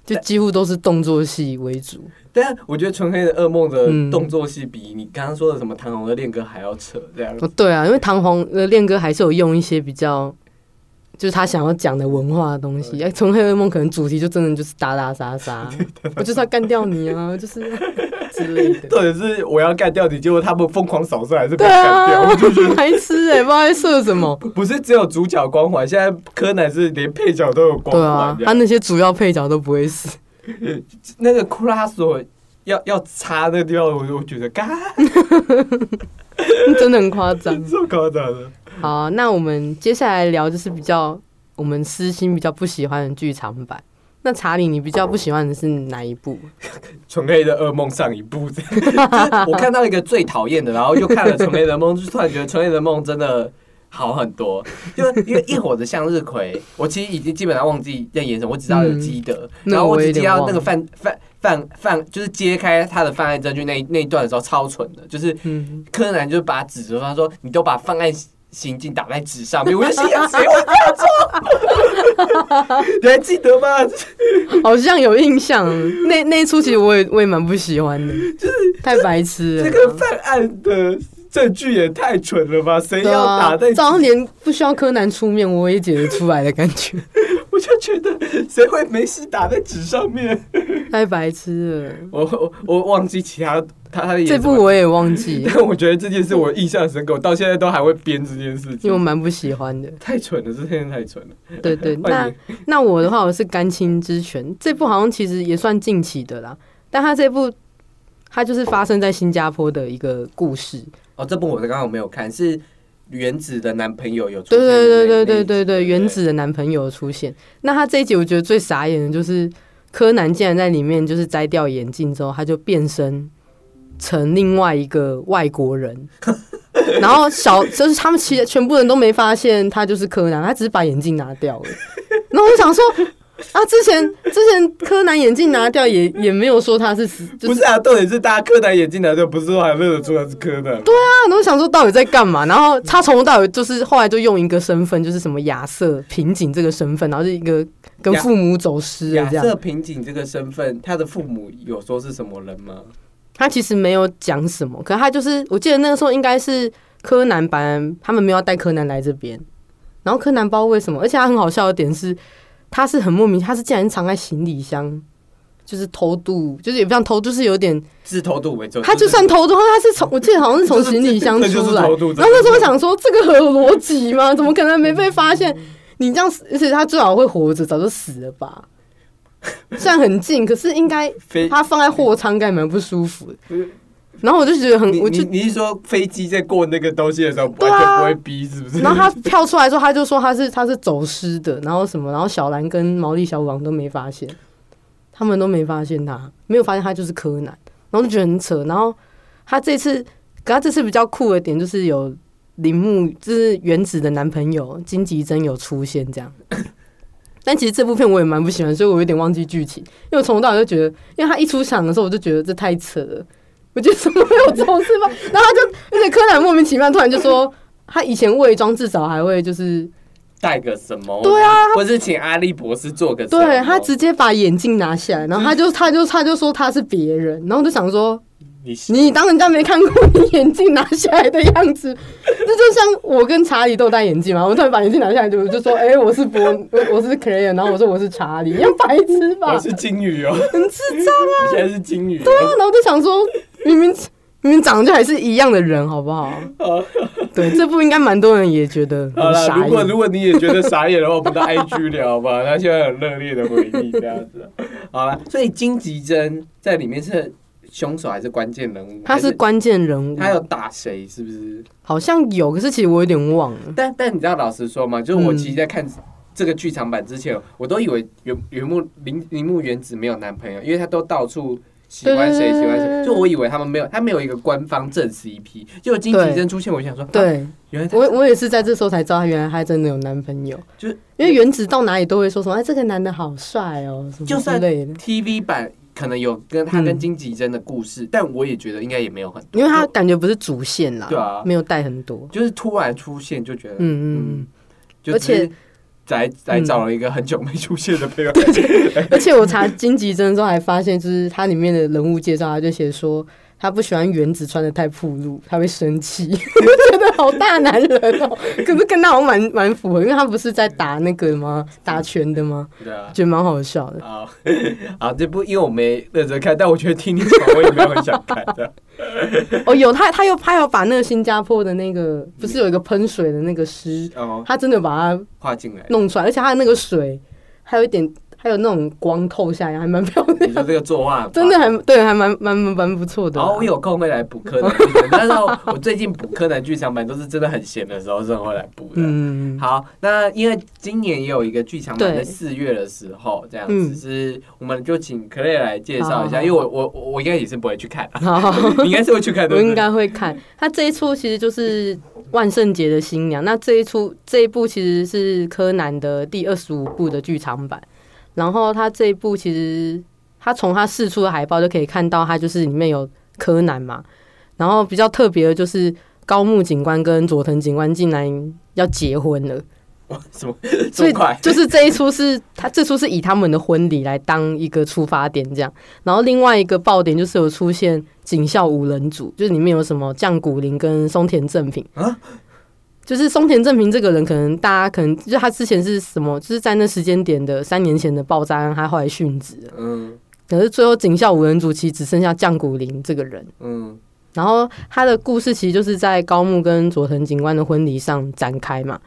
[SPEAKER 2] 就几乎都是动作戏为主。
[SPEAKER 1] 但我觉得《纯黑的噩梦》的
[SPEAKER 2] 嗯
[SPEAKER 1] 动作戏比你刚刚说的什么唐红的恋歌还要扯，这样。
[SPEAKER 2] 哦，对啊，因为唐红的恋歌还是有用一些比较，就是他想要讲的文化的东西。哎，从黑噩梦可能主题就真的就是打打 杀杀，我就是要干掉你啊，就是之类 的。
[SPEAKER 1] 特别是我要干掉你，结果他们疯狂扫射还是被
[SPEAKER 2] 对
[SPEAKER 1] 我干掉，
[SPEAKER 2] 啊
[SPEAKER 1] 我就觉，
[SPEAKER 2] 白痴哎，不知道在射什么。
[SPEAKER 1] 得不是只有主角光环，现在柯南是连配角都有光
[SPEAKER 2] 对啊
[SPEAKER 1] 环。，
[SPEAKER 2] 他
[SPEAKER 1] 的。
[SPEAKER 2] 那些主要配角都不会死，
[SPEAKER 1] 那个库拉索要要插那个地方，我我觉得嘎，
[SPEAKER 2] 真的很夸张。
[SPEAKER 1] 超夸张的。
[SPEAKER 2] 好啊，那我们接下来聊就是比较我们私心比较不喜欢的剧场版。那查理，你比较不喜欢的是哪一部？
[SPEAKER 1] 纯黑的噩梦上一部，这样就是我看到一个最讨厌的，然后又看了纯黑的梦，就突然觉得纯黑的梦真的好很 多。就因为一会儿的向日葵，我其实已经基本上忘记在演什么，我只知道有基德，
[SPEAKER 2] 嗯
[SPEAKER 1] 然后我只知
[SPEAKER 2] 那我也有点
[SPEAKER 1] 道
[SPEAKER 2] 忘
[SPEAKER 1] 那个犯犯犯犯就是揭开他的犯案证据那一那一段的时候超蠢的，就是
[SPEAKER 2] 嗯，
[SPEAKER 1] 柯南就把纸折他说你都把犯案行径打在纸上 面，我就心想谁会这样做？ 你还记得吗？
[SPEAKER 2] 好像有印象。 那那一出其实我也我也蛮不喜欢的，就是太白痴了。
[SPEAKER 1] 这个犯案的证据也太蠢了吧！谁
[SPEAKER 2] 对
[SPEAKER 1] 要
[SPEAKER 2] 啊
[SPEAKER 1] 打在，
[SPEAKER 2] 早上连不需要柯南出面我也解得出来的感觉，
[SPEAKER 1] 我就觉得谁会没事打在纸上 面？
[SPEAKER 2] 太白 痴了。
[SPEAKER 1] 我我我忘记其他他他的演
[SPEAKER 2] 这
[SPEAKER 1] 什
[SPEAKER 2] 部
[SPEAKER 1] 么，
[SPEAKER 2] 我也忘记，
[SPEAKER 1] 但我觉得这件事我印象深刻，我到现在都还会编这件事
[SPEAKER 2] 因为我
[SPEAKER 1] 情。
[SPEAKER 2] 蛮不喜欢的。
[SPEAKER 1] 太蠢了，这天太蠢了。
[SPEAKER 2] 对对，
[SPEAKER 1] 换
[SPEAKER 2] 那
[SPEAKER 1] 你
[SPEAKER 2] 那我的话，我是《甘青之泉》这部好像其实也算近期的啦，但它这部它就是发生在新加坡的一个故事。
[SPEAKER 1] 哦，这部我刚刚没有看，是原子的男朋友有出
[SPEAKER 2] 对
[SPEAKER 1] 现的那
[SPEAKER 2] 对
[SPEAKER 1] 那
[SPEAKER 2] 对对对
[SPEAKER 1] 一集
[SPEAKER 2] 对对，原子的男朋友出现。那他这一集我觉得最傻眼的就是柯南竟然在里面就是摘掉眼镜之后，他就变身成另外一个外国 人，然后小就是他们其实全部人都没发现他就是柯南，他只是把眼镜拿掉了。然后我想说。啊，之前之前柯南眼镜拿掉也也没有说他是死，就
[SPEAKER 1] 不
[SPEAKER 2] 是
[SPEAKER 1] 是啊，重点是大家柯南眼镜拿掉，不是说还认得出来是柯南。对，
[SPEAKER 2] 大家都想说到底在干嘛，然后他从头到尾就是后来就用一个身份，就是什么亚瑟瓶颈这个身份，然后是一个跟
[SPEAKER 1] 亚
[SPEAKER 2] 父母走失了
[SPEAKER 1] 亚
[SPEAKER 2] 这
[SPEAKER 1] 瑟
[SPEAKER 2] 样，
[SPEAKER 1] 平井这个身份，他的父母有说是什么人吗？
[SPEAKER 2] 他其实没有讲什么，可他就是我记得那个时候应该是柯南班他们没有带柯南来这边，然后柯南不知道为什么，而且他很好笑的点是，他是很莫名，他是竟然藏在行李箱。就是偷渡，就是也不像偷，就是有点，
[SPEAKER 1] 是偷渡没错，
[SPEAKER 2] 他就是算偷渡，他是从我记得好像是从行李箱
[SPEAKER 1] 这就是
[SPEAKER 2] 出 来，
[SPEAKER 1] 偷渡
[SPEAKER 2] 然后那时候我想说，这个合逻辑吗？怎么可能没被发现？你这样死，而且他最好会活着，早就死了吧？ 虽然很近，可是应该
[SPEAKER 1] 飞
[SPEAKER 2] 他放在货仓，应该蛮不舒服的。然后我就觉得很，
[SPEAKER 1] 你
[SPEAKER 2] 我
[SPEAKER 1] 你
[SPEAKER 2] 就，
[SPEAKER 1] 你是说飞机在过那个东西的时候完
[SPEAKER 2] 对啊
[SPEAKER 1] 全不会逼，是不是？
[SPEAKER 2] 然后他跳出来之后，他就说他是他是走失的，然后什么，然后小兰跟毛利小五郎都没发现，他们都没发现他，没有发现他就是柯南，然后就觉得很扯。然后他这次，可他这次比较酷的点就是有铃木，就是原子的男朋友金吉真有出现这样。但其实这部片我也蛮不喜欢，所以我有点忘记剧情，因为我从头到尾就觉得，因为他一出场的时候我就觉得这太扯了，我觉得怎么会有这种事吗？然后他就，而且柯南莫名其妙突然就说，他以前伪装至少还会就是，
[SPEAKER 1] 带个什么？
[SPEAKER 2] 对啊，
[SPEAKER 1] 或是请阿笠博士做个什么
[SPEAKER 2] 对他直接把眼镜拿下来，然
[SPEAKER 1] 嗯
[SPEAKER 2] 后他就他就他就说他是别人，然后我就想说，
[SPEAKER 1] 你
[SPEAKER 2] 你当人家没看过你眼镜拿下来的样子， 那就像我跟查理都戴眼镜嘛，我突然把眼镜拿下来就就说，哎、我是博，我我是 Clay，然后我说我是查理，要白痴 吧
[SPEAKER 1] 我，是金鱼哦，
[SPEAKER 2] 很智障啊！
[SPEAKER 1] 你现在是金鱼哦。
[SPEAKER 2] 然后我就想说，明明明明长得就还是一样的人，好不 好？
[SPEAKER 1] 好
[SPEAKER 2] 对，这部应该蛮多人也觉得
[SPEAKER 1] 好
[SPEAKER 2] 很
[SPEAKER 1] 了，
[SPEAKER 2] 傻
[SPEAKER 1] 如果
[SPEAKER 2] 眼。
[SPEAKER 1] 如果你也觉得傻眼的话，我 们到 IG 聊吧。他现在很热烈的回忆这样子。好了，所以金吉珍在里面是凶手还是关键人物？
[SPEAKER 2] 他是
[SPEAKER 1] 还
[SPEAKER 2] 关键人物，
[SPEAKER 1] 他有打谁？是不是？
[SPEAKER 2] 好像有，可是其实我有点忘了。
[SPEAKER 1] 但但你知道，老实说嘛，就是我
[SPEAKER 2] 嗯
[SPEAKER 1] 其实在看这个剧场版之前，我都以为原原木铃铃木原子没有男朋友，因为他都到处喜欢谁
[SPEAKER 2] 对对对
[SPEAKER 1] 喜欢
[SPEAKER 2] 对
[SPEAKER 1] 谁，就我以为他们没有，他没有一个官方正 CP。结果金吉珍出现，我就想说，啊，
[SPEAKER 2] 对
[SPEAKER 1] 原来他
[SPEAKER 2] 我，我也是在这时候才知道，原来他真的有男朋友。
[SPEAKER 1] 就是
[SPEAKER 2] 因为原子到哪里都会说什么，哎，这个男的好帅哦，什么
[SPEAKER 1] 就算
[SPEAKER 2] 之类的。
[SPEAKER 1] TV 版可能有跟他跟
[SPEAKER 2] 嗯
[SPEAKER 1] 金吉珍的故事，但我也觉得应该也没有很多，
[SPEAKER 2] 因为他感觉不是主线啦，
[SPEAKER 1] 对啊
[SPEAKER 2] 没有带很多。
[SPEAKER 1] 就就是突然出现就觉得，
[SPEAKER 2] 嗯嗯
[SPEAKER 1] 就
[SPEAKER 2] 而
[SPEAKER 1] 只是
[SPEAKER 2] 且
[SPEAKER 1] 来来
[SPEAKER 2] 嗯
[SPEAKER 1] 找了一个很久没出现的朋友，
[SPEAKER 2] 嗯。而且我查金吉真的时候还发现，就是他里面的人物介绍，他就写说他不喜欢原子穿的太暴露，他会生气。 我就觉得好大男人哦，可是跟他好像蛮蛮符合，因为他不是在打那个吗？打拳的吗？
[SPEAKER 1] 对啊。
[SPEAKER 2] 觉得蛮好笑的。
[SPEAKER 1] 好 好，这部因为我没认真看，但我觉得听你讲，我也没有很想看的。
[SPEAKER 2] 哦，有他，他又他有把那个新加坡的那个，不是有一个喷水的那个诗，
[SPEAKER 1] 哦，
[SPEAKER 2] 他真的把它
[SPEAKER 1] 画进来，
[SPEAKER 2] 弄出来，而且他的那个水还有一点，还有那种光透下来，还蛮漂亮，
[SPEAKER 1] 你说这个作画
[SPEAKER 2] 真的。还对，还蛮蛮蛮不错的
[SPEAKER 1] 然
[SPEAKER 2] 啦。
[SPEAKER 1] 后哦我有空会来补柯南剧场，但是我我最近补柯南剧场版都是真的很闲的时候，真的会来补的。
[SPEAKER 2] 嗯，
[SPEAKER 1] 好，那因为今年也有一个剧场版
[SPEAKER 2] 对
[SPEAKER 1] 在四月的时候，这样
[SPEAKER 2] 嗯
[SPEAKER 1] 子是，我们就请 Clay 来介绍一
[SPEAKER 2] 好好
[SPEAKER 1] 下，因为我我我我应该也是不会去看啊，
[SPEAKER 2] 好，
[SPEAKER 1] 你应该是会去看的。
[SPEAKER 2] 我应该会看。他这一出其实就是万圣节的新娘，那这一出这一部其实是柯南的第二十五部的剧场版，然后他这一部其实他从他试出的海报就可以看到，他就是里面有柯南嘛，然后比较特别的就是高木警官跟佐藤警官竟然要结婚了。
[SPEAKER 1] 哇什么这
[SPEAKER 2] 所
[SPEAKER 1] 么
[SPEAKER 2] 以？
[SPEAKER 1] 快
[SPEAKER 2] 就是这一出是他这出是以他们的婚礼来当一个出发点这样，然后另外一个爆点就是有出现警校五人组，就是里面有什么降谷林跟松田正平
[SPEAKER 1] 啊
[SPEAKER 2] 就是松田正平这个人，可能大家可能就是他之前是什么，就是在那时间点的三年前的爆炸案，他后来殉职了。
[SPEAKER 1] 嗯
[SPEAKER 2] 可是最后警校五人组其实只剩下降谷林这个人，
[SPEAKER 1] 嗯
[SPEAKER 2] 然后他的故事其实就是在高木跟佐藤警官的婚礼上展开嘛。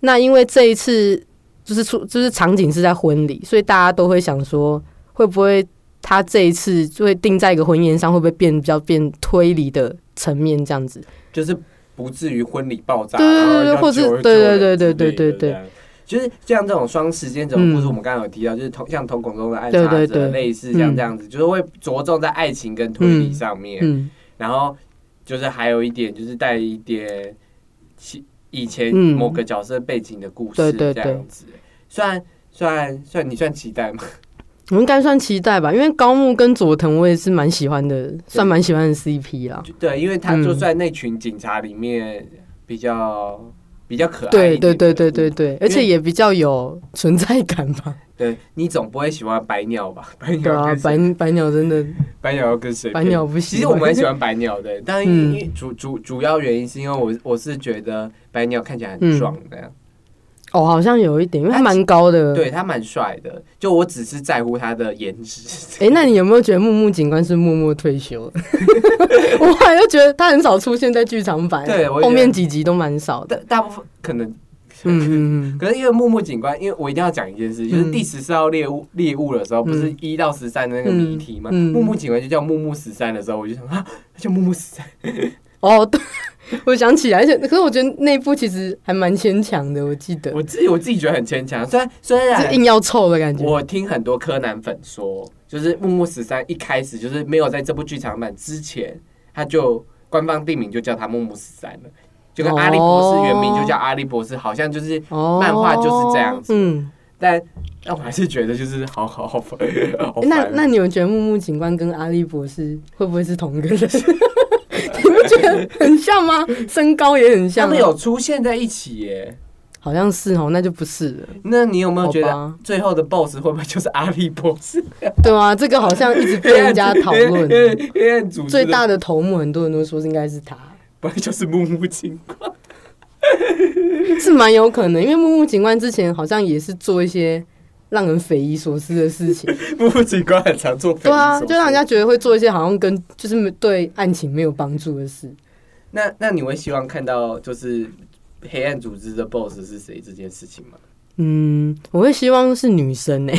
[SPEAKER 2] 那因为这一次就是出就是场景是在婚礼，所以大家都会想说，会不会他这一次就会定在一个婚宴上，会不会变比较变推理的层面这样子？
[SPEAKER 1] 就是不至于婚礼爆炸，
[SPEAKER 2] 对对对
[SPEAKER 1] 然后要
[SPEAKER 2] 或是
[SPEAKER 1] 救人
[SPEAKER 2] 对对
[SPEAKER 1] 之类的
[SPEAKER 2] 对对对对对
[SPEAKER 1] 这样就是像这种双时间轴的故事，
[SPEAKER 2] 嗯
[SPEAKER 1] 我们刚刚有提到，就是同像瞳孔中的暗
[SPEAKER 2] 对
[SPEAKER 1] 杀
[SPEAKER 2] 对
[SPEAKER 1] 者
[SPEAKER 2] 对
[SPEAKER 1] 类似像
[SPEAKER 2] 嗯
[SPEAKER 1] 这样子，就是会着重在爱情跟推理
[SPEAKER 2] 嗯
[SPEAKER 1] 上面。
[SPEAKER 2] 嗯
[SPEAKER 1] 然后就是还有一点就是带一点其以前
[SPEAKER 2] 嗯
[SPEAKER 1] 某个角色背景的故事
[SPEAKER 2] 对对
[SPEAKER 1] 这样子。虽然算算你算期待吗？
[SPEAKER 2] 我应该算期待吧，因为高木跟佐藤我也是蛮喜欢的，算蛮喜欢的 CP 啦。
[SPEAKER 1] 就对，因为他
[SPEAKER 2] 嗯
[SPEAKER 1] 就算那群警察里面比较比较可爱
[SPEAKER 2] 对
[SPEAKER 1] 一点
[SPEAKER 2] 对
[SPEAKER 1] 的
[SPEAKER 2] 对对对对，而
[SPEAKER 1] 因
[SPEAKER 2] 且
[SPEAKER 1] 为
[SPEAKER 2] 也比较有存在感吧。
[SPEAKER 1] 对，你总不会喜欢白鸟吧？ 白
[SPEAKER 2] 对
[SPEAKER 1] 鸟
[SPEAKER 2] 啊
[SPEAKER 1] 跟，谁
[SPEAKER 2] 白白鸟真的
[SPEAKER 1] 白鸟跟谁？
[SPEAKER 2] 白鸟不行。
[SPEAKER 1] 其实我蛮喜欢白鸟的，但因
[SPEAKER 2] 嗯
[SPEAKER 1] 为主主主要原因是因为我我是觉得白鸟看起来
[SPEAKER 2] 嗯
[SPEAKER 1] 很壮的，样
[SPEAKER 2] 哦，好像有一点，因为
[SPEAKER 1] 他
[SPEAKER 2] 它蛮高的。。
[SPEAKER 1] 啊对他蛮帅的。就我只是在乎他的颜 值。
[SPEAKER 2] 哎、那你有没有觉得木木警官是默默退休 了？我后来就觉得他很少出现在剧场版，
[SPEAKER 1] 对我也觉得
[SPEAKER 2] 后面几集都蛮少
[SPEAKER 1] 大
[SPEAKER 2] 的。
[SPEAKER 1] 大部分可能，
[SPEAKER 2] 嗯 嗯
[SPEAKER 1] 可是因为木木警官，因为我一定要讲一件事，就是
[SPEAKER 2] 嗯
[SPEAKER 1] 第十四号猎物猎物的时候，不是
[SPEAKER 2] 嗯
[SPEAKER 1] 一到十三的那个谜题吗？
[SPEAKER 2] 嗯嗯
[SPEAKER 1] 木木警官就叫木木十三的时候，我就想啊，他叫木木十三，
[SPEAKER 2] 嗯，哦，对， 我想起来，而且可是我觉得那一部其实还蛮牵强的，我记得
[SPEAKER 1] 我自己我自己觉得很牵强。虽然虽然
[SPEAKER 2] 是硬要凑的感觉。
[SPEAKER 1] 我听很多柯南粉说，就是木木十三一开始就是没有在这部剧场版之前，他就官方定名就叫他木木十三了，就跟阿笠博士原名就叫阿笠博士，好像就是，
[SPEAKER 2] 哦，
[SPEAKER 1] 漫画就是这样子
[SPEAKER 2] 嗯，
[SPEAKER 1] 但但我还是觉得就是好好好烦，好
[SPEAKER 2] 诶那
[SPEAKER 1] 烦
[SPEAKER 2] 那你们觉得木木警官跟阿笠博士会不会是同一个 人？你们觉得很像吗？身高也很
[SPEAKER 1] 他
[SPEAKER 2] 像、啊，
[SPEAKER 1] 们有出现在一起耶。
[SPEAKER 2] 好像是哦，那就不是了，
[SPEAKER 1] 那你有没有觉
[SPEAKER 2] 好
[SPEAKER 1] 得
[SPEAKER 2] 吧
[SPEAKER 1] 最后的 BOSS 会不会就是阿笠博士？
[SPEAKER 2] 对啊，这个好像一直 被人家讨论。
[SPEAKER 1] 因为因为组织
[SPEAKER 2] 最大的头目，很多人都说是应该是他，
[SPEAKER 1] 本来就是木木精
[SPEAKER 2] 是蛮有可能，因为木木警官之前好像也是做一些让人匪夷所思的事情，
[SPEAKER 1] 木木警官很常做匪夷
[SPEAKER 2] 对啊，
[SPEAKER 1] 所
[SPEAKER 2] 就让人
[SPEAKER 1] 思
[SPEAKER 2] 家觉得会做一些好像跟就是对案情没有帮助的事。
[SPEAKER 1] 那那你会希望看到就是黑暗组织的 BOSS 是谁这件事情吗？
[SPEAKER 2] 嗯，我会希望是女生哎、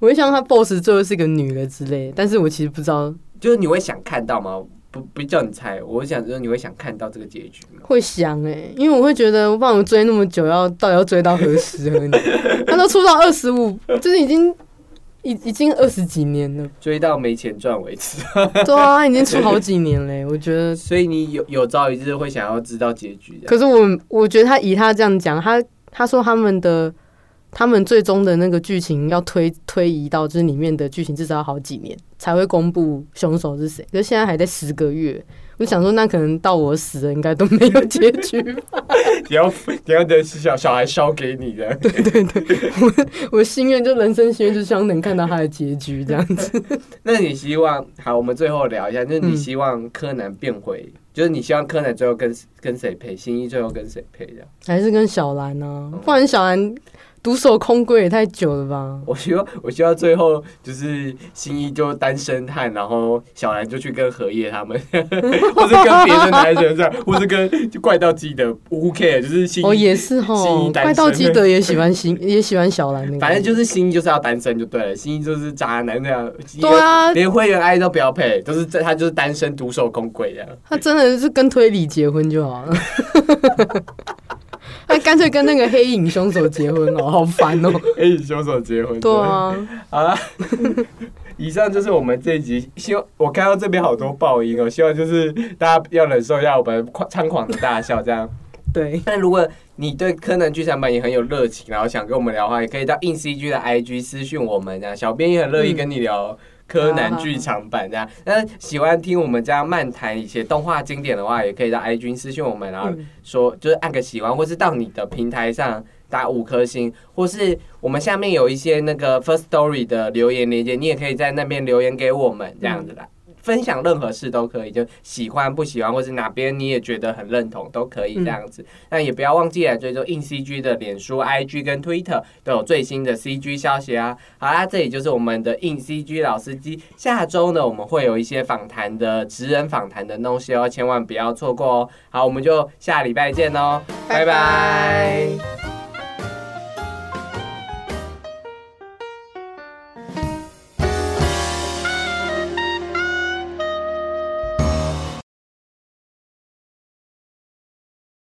[SPEAKER 2] 我会希望他 boss 最后是个女的之类的，但是我其实不知道
[SPEAKER 1] 就是你会想看到吗？不不叫你猜，我想说你会想看到这个结局吗？
[SPEAKER 2] 会想哎、因为我会觉得，不然我追那么久要到底要追到何时何年？他都出到二十五，就是已经已已经二十几年了，
[SPEAKER 1] 追到没钱赚为止。
[SPEAKER 2] 对啊，已经出好几年嘞、我觉得。
[SPEAKER 1] 所以你有有朝一日会想要知道结局的。
[SPEAKER 2] 可是我我觉得他以他这样讲，他他说他们的他们最终的那个剧情要推推移到就是里面的剧情至少要好几年才会公布凶手是谁，可是现在还在十个月。我想说，那可能到我死了，应该都没有结局 吧。
[SPEAKER 1] 你要你要等小小孩烧给你的。
[SPEAKER 2] 我心愿就人生心愿，就希望能看到他的结局这样子。
[SPEAKER 1] 那你希望好，我们最后聊一下，就是你
[SPEAKER 2] 嗯
[SPEAKER 1] 希望柯南变回，就是你希望柯南最后跟跟谁配，新一最后跟谁配的？
[SPEAKER 2] 还是跟小兰啊，不然小兰独守空闺也太久了吧？
[SPEAKER 1] 我希望，我希望最后就是新一就单身汉，然后小兰就去跟荷叶他们， 或是跟别的男人这样， 或是跟就怪盗基德，who care，就是新
[SPEAKER 2] 哦，
[SPEAKER 1] 一，
[SPEAKER 2] 也是
[SPEAKER 1] 心意
[SPEAKER 2] 吼，
[SPEAKER 1] 单身
[SPEAKER 2] 怪盗基德也喜欢新， 也喜欢小兰那个。
[SPEAKER 1] 反正就是新一就是要单身就对了，新一就是渣男那样，
[SPEAKER 2] 对啊，
[SPEAKER 1] 连会员 I 都不要配，就是这他就是单身独守空闺这样。
[SPEAKER 2] 他真的是跟推理结婚就好了。他干脆跟 那个黑影凶手结婚哦，好烦哦！
[SPEAKER 1] 哎，凶手结婚。
[SPEAKER 2] 对，啊，
[SPEAKER 1] 好啦， 以上就是我们这一集，希望我看到这边好多爆音哦，希望就是大家要忍受一下我们狂猖狂的大笑这样。
[SPEAKER 2] 对，
[SPEAKER 1] 但如果你对柯南剧场版也很有热情，然后想跟我们聊的话，也可以到硬 CG 的 IG 私讯我们这样，小编也很乐意跟你聊。
[SPEAKER 2] 嗯
[SPEAKER 1] 柯南剧场版这样，那喜欢听我们这样漫谈一些动画经典的话，也可以到 IG 私讯我们，然后
[SPEAKER 2] 嗯
[SPEAKER 1] 说就是按个喜欢，或是到你的平台上打五颗星，或是我们下面有一些那个 First Story 的留言连接，你也可以在那边留言给我们这样子啦。分享任何事都可以，就喜欢不喜欢，或是哪边你也觉得很认同都可以这样子。那也不要忘记了追踪硬 CG 的脸书、IG 跟 Twitter 都有最新的 CG 消息啊。好啦，这里就是我们的硬 CG 老司机。下周呢，我们会有一些访谈的职人访谈的东西哦，千万不要错过哦。好，我们就下礼拜见哦，拜拜